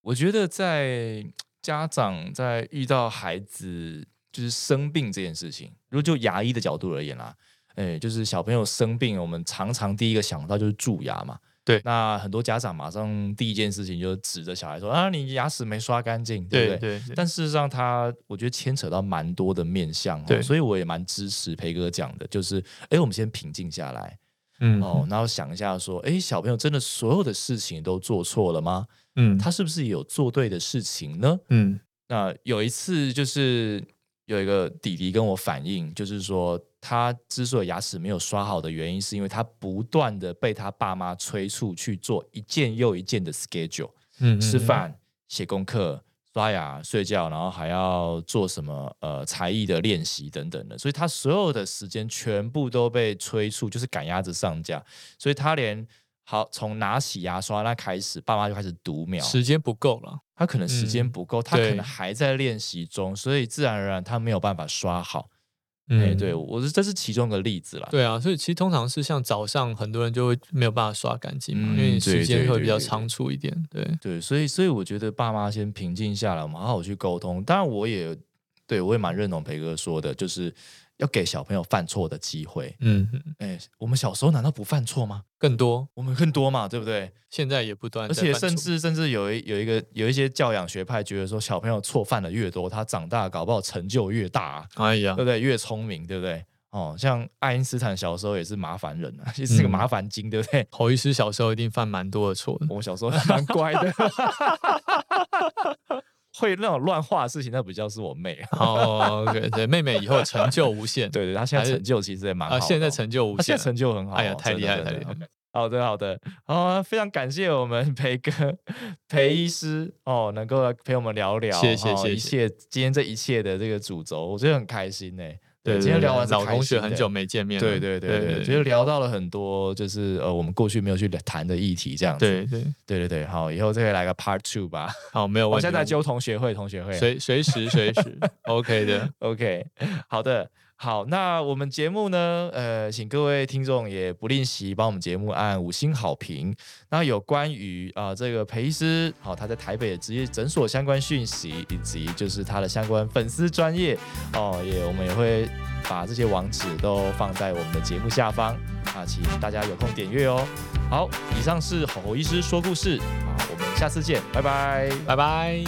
[SPEAKER 1] 我觉得在家长在遇到孩子就是生病这件事情，如果就牙医的角度而言啦，哎，就是小朋友生病，我们常常第一个想到就是蛀牙嘛。
[SPEAKER 2] 对
[SPEAKER 1] 那很多家长马上第一件事情就指着小孩说啊，你牙齿没刷干净，对不对？
[SPEAKER 2] 对对，
[SPEAKER 1] 但事实上它，我觉得牵扯到蛮多的面向、哦，
[SPEAKER 2] 对
[SPEAKER 1] 所以我也蛮支持培哥讲的，就是，哎，我们先平静下来
[SPEAKER 2] 嗯
[SPEAKER 1] 哦，然后想一下说，哎，小朋友真的所有的事情都做错了吗？
[SPEAKER 2] 嗯
[SPEAKER 1] 他是不是有做对的事情呢？
[SPEAKER 2] 嗯。
[SPEAKER 1] 那有一次就是有一个弟弟跟我反映，就是说他之所以牙齿没有刷好的原因，是因为他不断的被他爸妈催促去做一件又一件的 schedule，、
[SPEAKER 2] 嗯
[SPEAKER 1] 吃，饭、写功课、刷牙、睡觉，然后还要做什么呃才艺的练习等等的，所以他所有的时间全部都被催促，就是赶鸭子上架，所以他连好从拿起牙刷那开始，爸妈就开始读秒，
[SPEAKER 2] 时间不够了。
[SPEAKER 1] 他可能时间
[SPEAKER 2] 嗯
[SPEAKER 1] 不够，他可
[SPEAKER 2] 对
[SPEAKER 1] 能还在练习中，所以自然而然他没有办法刷好。哎、对我是这是其中一个例子啦。
[SPEAKER 2] 嗯对啊，所以其实通常是像早上很多人就会没有办法刷干净嘛，
[SPEAKER 1] 嗯
[SPEAKER 2] 因为你时
[SPEAKER 1] 对
[SPEAKER 2] 间
[SPEAKER 1] 对
[SPEAKER 2] 会比较
[SPEAKER 1] 对对
[SPEAKER 2] 仓促一点。对，
[SPEAKER 1] 对，所以所以我觉得爸妈先平静下来，我们好好去沟通。当然，我也对我也蛮认同培哥说的，就是要给小朋友犯错的机会。
[SPEAKER 2] 嗯，
[SPEAKER 1] 哎，我们小时候难道不犯错吗？
[SPEAKER 2] 更多
[SPEAKER 1] 我们更多嘛，对不对？
[SPEAKER 2] 现在也不断
[SPEAKER 1] 而
[SPEAKER 2] 在犯错，
[SPEAKER 1] 且甚至甚至有一有一个有一些教养学派觉得说，小朋友错犯的越多，他长大搞不好成就越大啊、
[SPEAKER 2] 哎呀
[SPEAKER 1] 对，不对？越聪明，对不对？哦，像爱因斯坦小时候也是麻烦人啊，也是个
[SPEAKER 2] 嗯
[SPEAKER 1] 麻烦精，对不对？
[SPEAKER 2] 侯医师小时候一定犯蛮多的错的。
[SPEAKER 1] 我小时候还蛮乖的， *laughs* 会那种乱画的事情，那比较是我妹。啊
[SPEAKER 2] 哦，OK，对，妹妹以后成就无
[SPEAKER 1] *laughs*
[SPEAKER 2] 限。
[SPEAKER 1] 对对，她现在
[SPEAKER 2] 还是
[SPEAKER 1] 成就其实也蛮好
[SPEAKER 2] 啊，
[SPEAKER 1] 的哦、
[SPEAKER 2] 现在成就无
[SPEAKER 1] 她现
[SPEAKER 2] 限
[SPEAKER 1] 在
[SPEAKER 2] 了，
[SPEAKER 1] 成就很好哦、
[SPEAKER 2] 哎呀太
[SPEAKER 1] 真的
[SPEAKER 2] 厉害
[SPEAKER 1] 真的
[SPEAKER 2] 太厉害
[SPEAKER 1] OK 好的，好的，好、啊，非常感谢我们 *laughs* 培
[SPEAKER 2] *laughs*
[SPEAKER 1] 哥、培医师哦，能够来陪我们聊聊，
[SPEAKER 2] 哎谢谢
[SPEAKER 1] 哦
[SPEAKER 2] 谢
[SPEAKER 1] 一切今天这一切的这个主轴，我觉得很开心呢、
[SPEAKER 2] 对，对
[SPEAKER 1] 今天聊完
[SPEAKER 2] 对
[SPEAKER 1] 是
[SPEAKER 2] 老
[SPEAKER 1] 开
[SPEAKER 2] 同
[SPEAKER 1] 心
[SPEAKER 2] 学很
[SPEAKER 1] 的
[SPEAKER 2] 久没见面了。
[SPEAKER 1] 对对对对对，
[SPEAKER 2] 对
[SPEAKER 1] 觉得聊到了很多，就是呃，我们过去没有去谈的议题，这样子。
[SPEAKER 2] 对对，
[SPEAKER 1] 对对对，好，以后再来个 Part Two 吧。
[SPEAKER 2] 好，没有
[SPEAKER 1] *laughs* 我
[SPEAKER 2] 问题。
[SPEAKER 1] 现在在揪同学会，同学会。
[SPEAKER 2] 随随时随
[SPEAKER 1] *laughs*
[SPEAKER 2] 时 OK 的。
[SPEAKER 1] OK，好 *laughs* 的，好，那我们节目呢，呃，请各位听众也不吝惜帮我们节目按五星好评。那有关于啊、呃这个裴医师，好、他在台北的职业诊所相关讯息，以及就是他的相关粉丝专业哦，也我们也会把这些网址都放在我们的节目下方啊，请大家有空点阅哦。好，以上是吼吼医师说故事，好，我们下次见，拜拜。
[SPEAKER 2] 拜拜。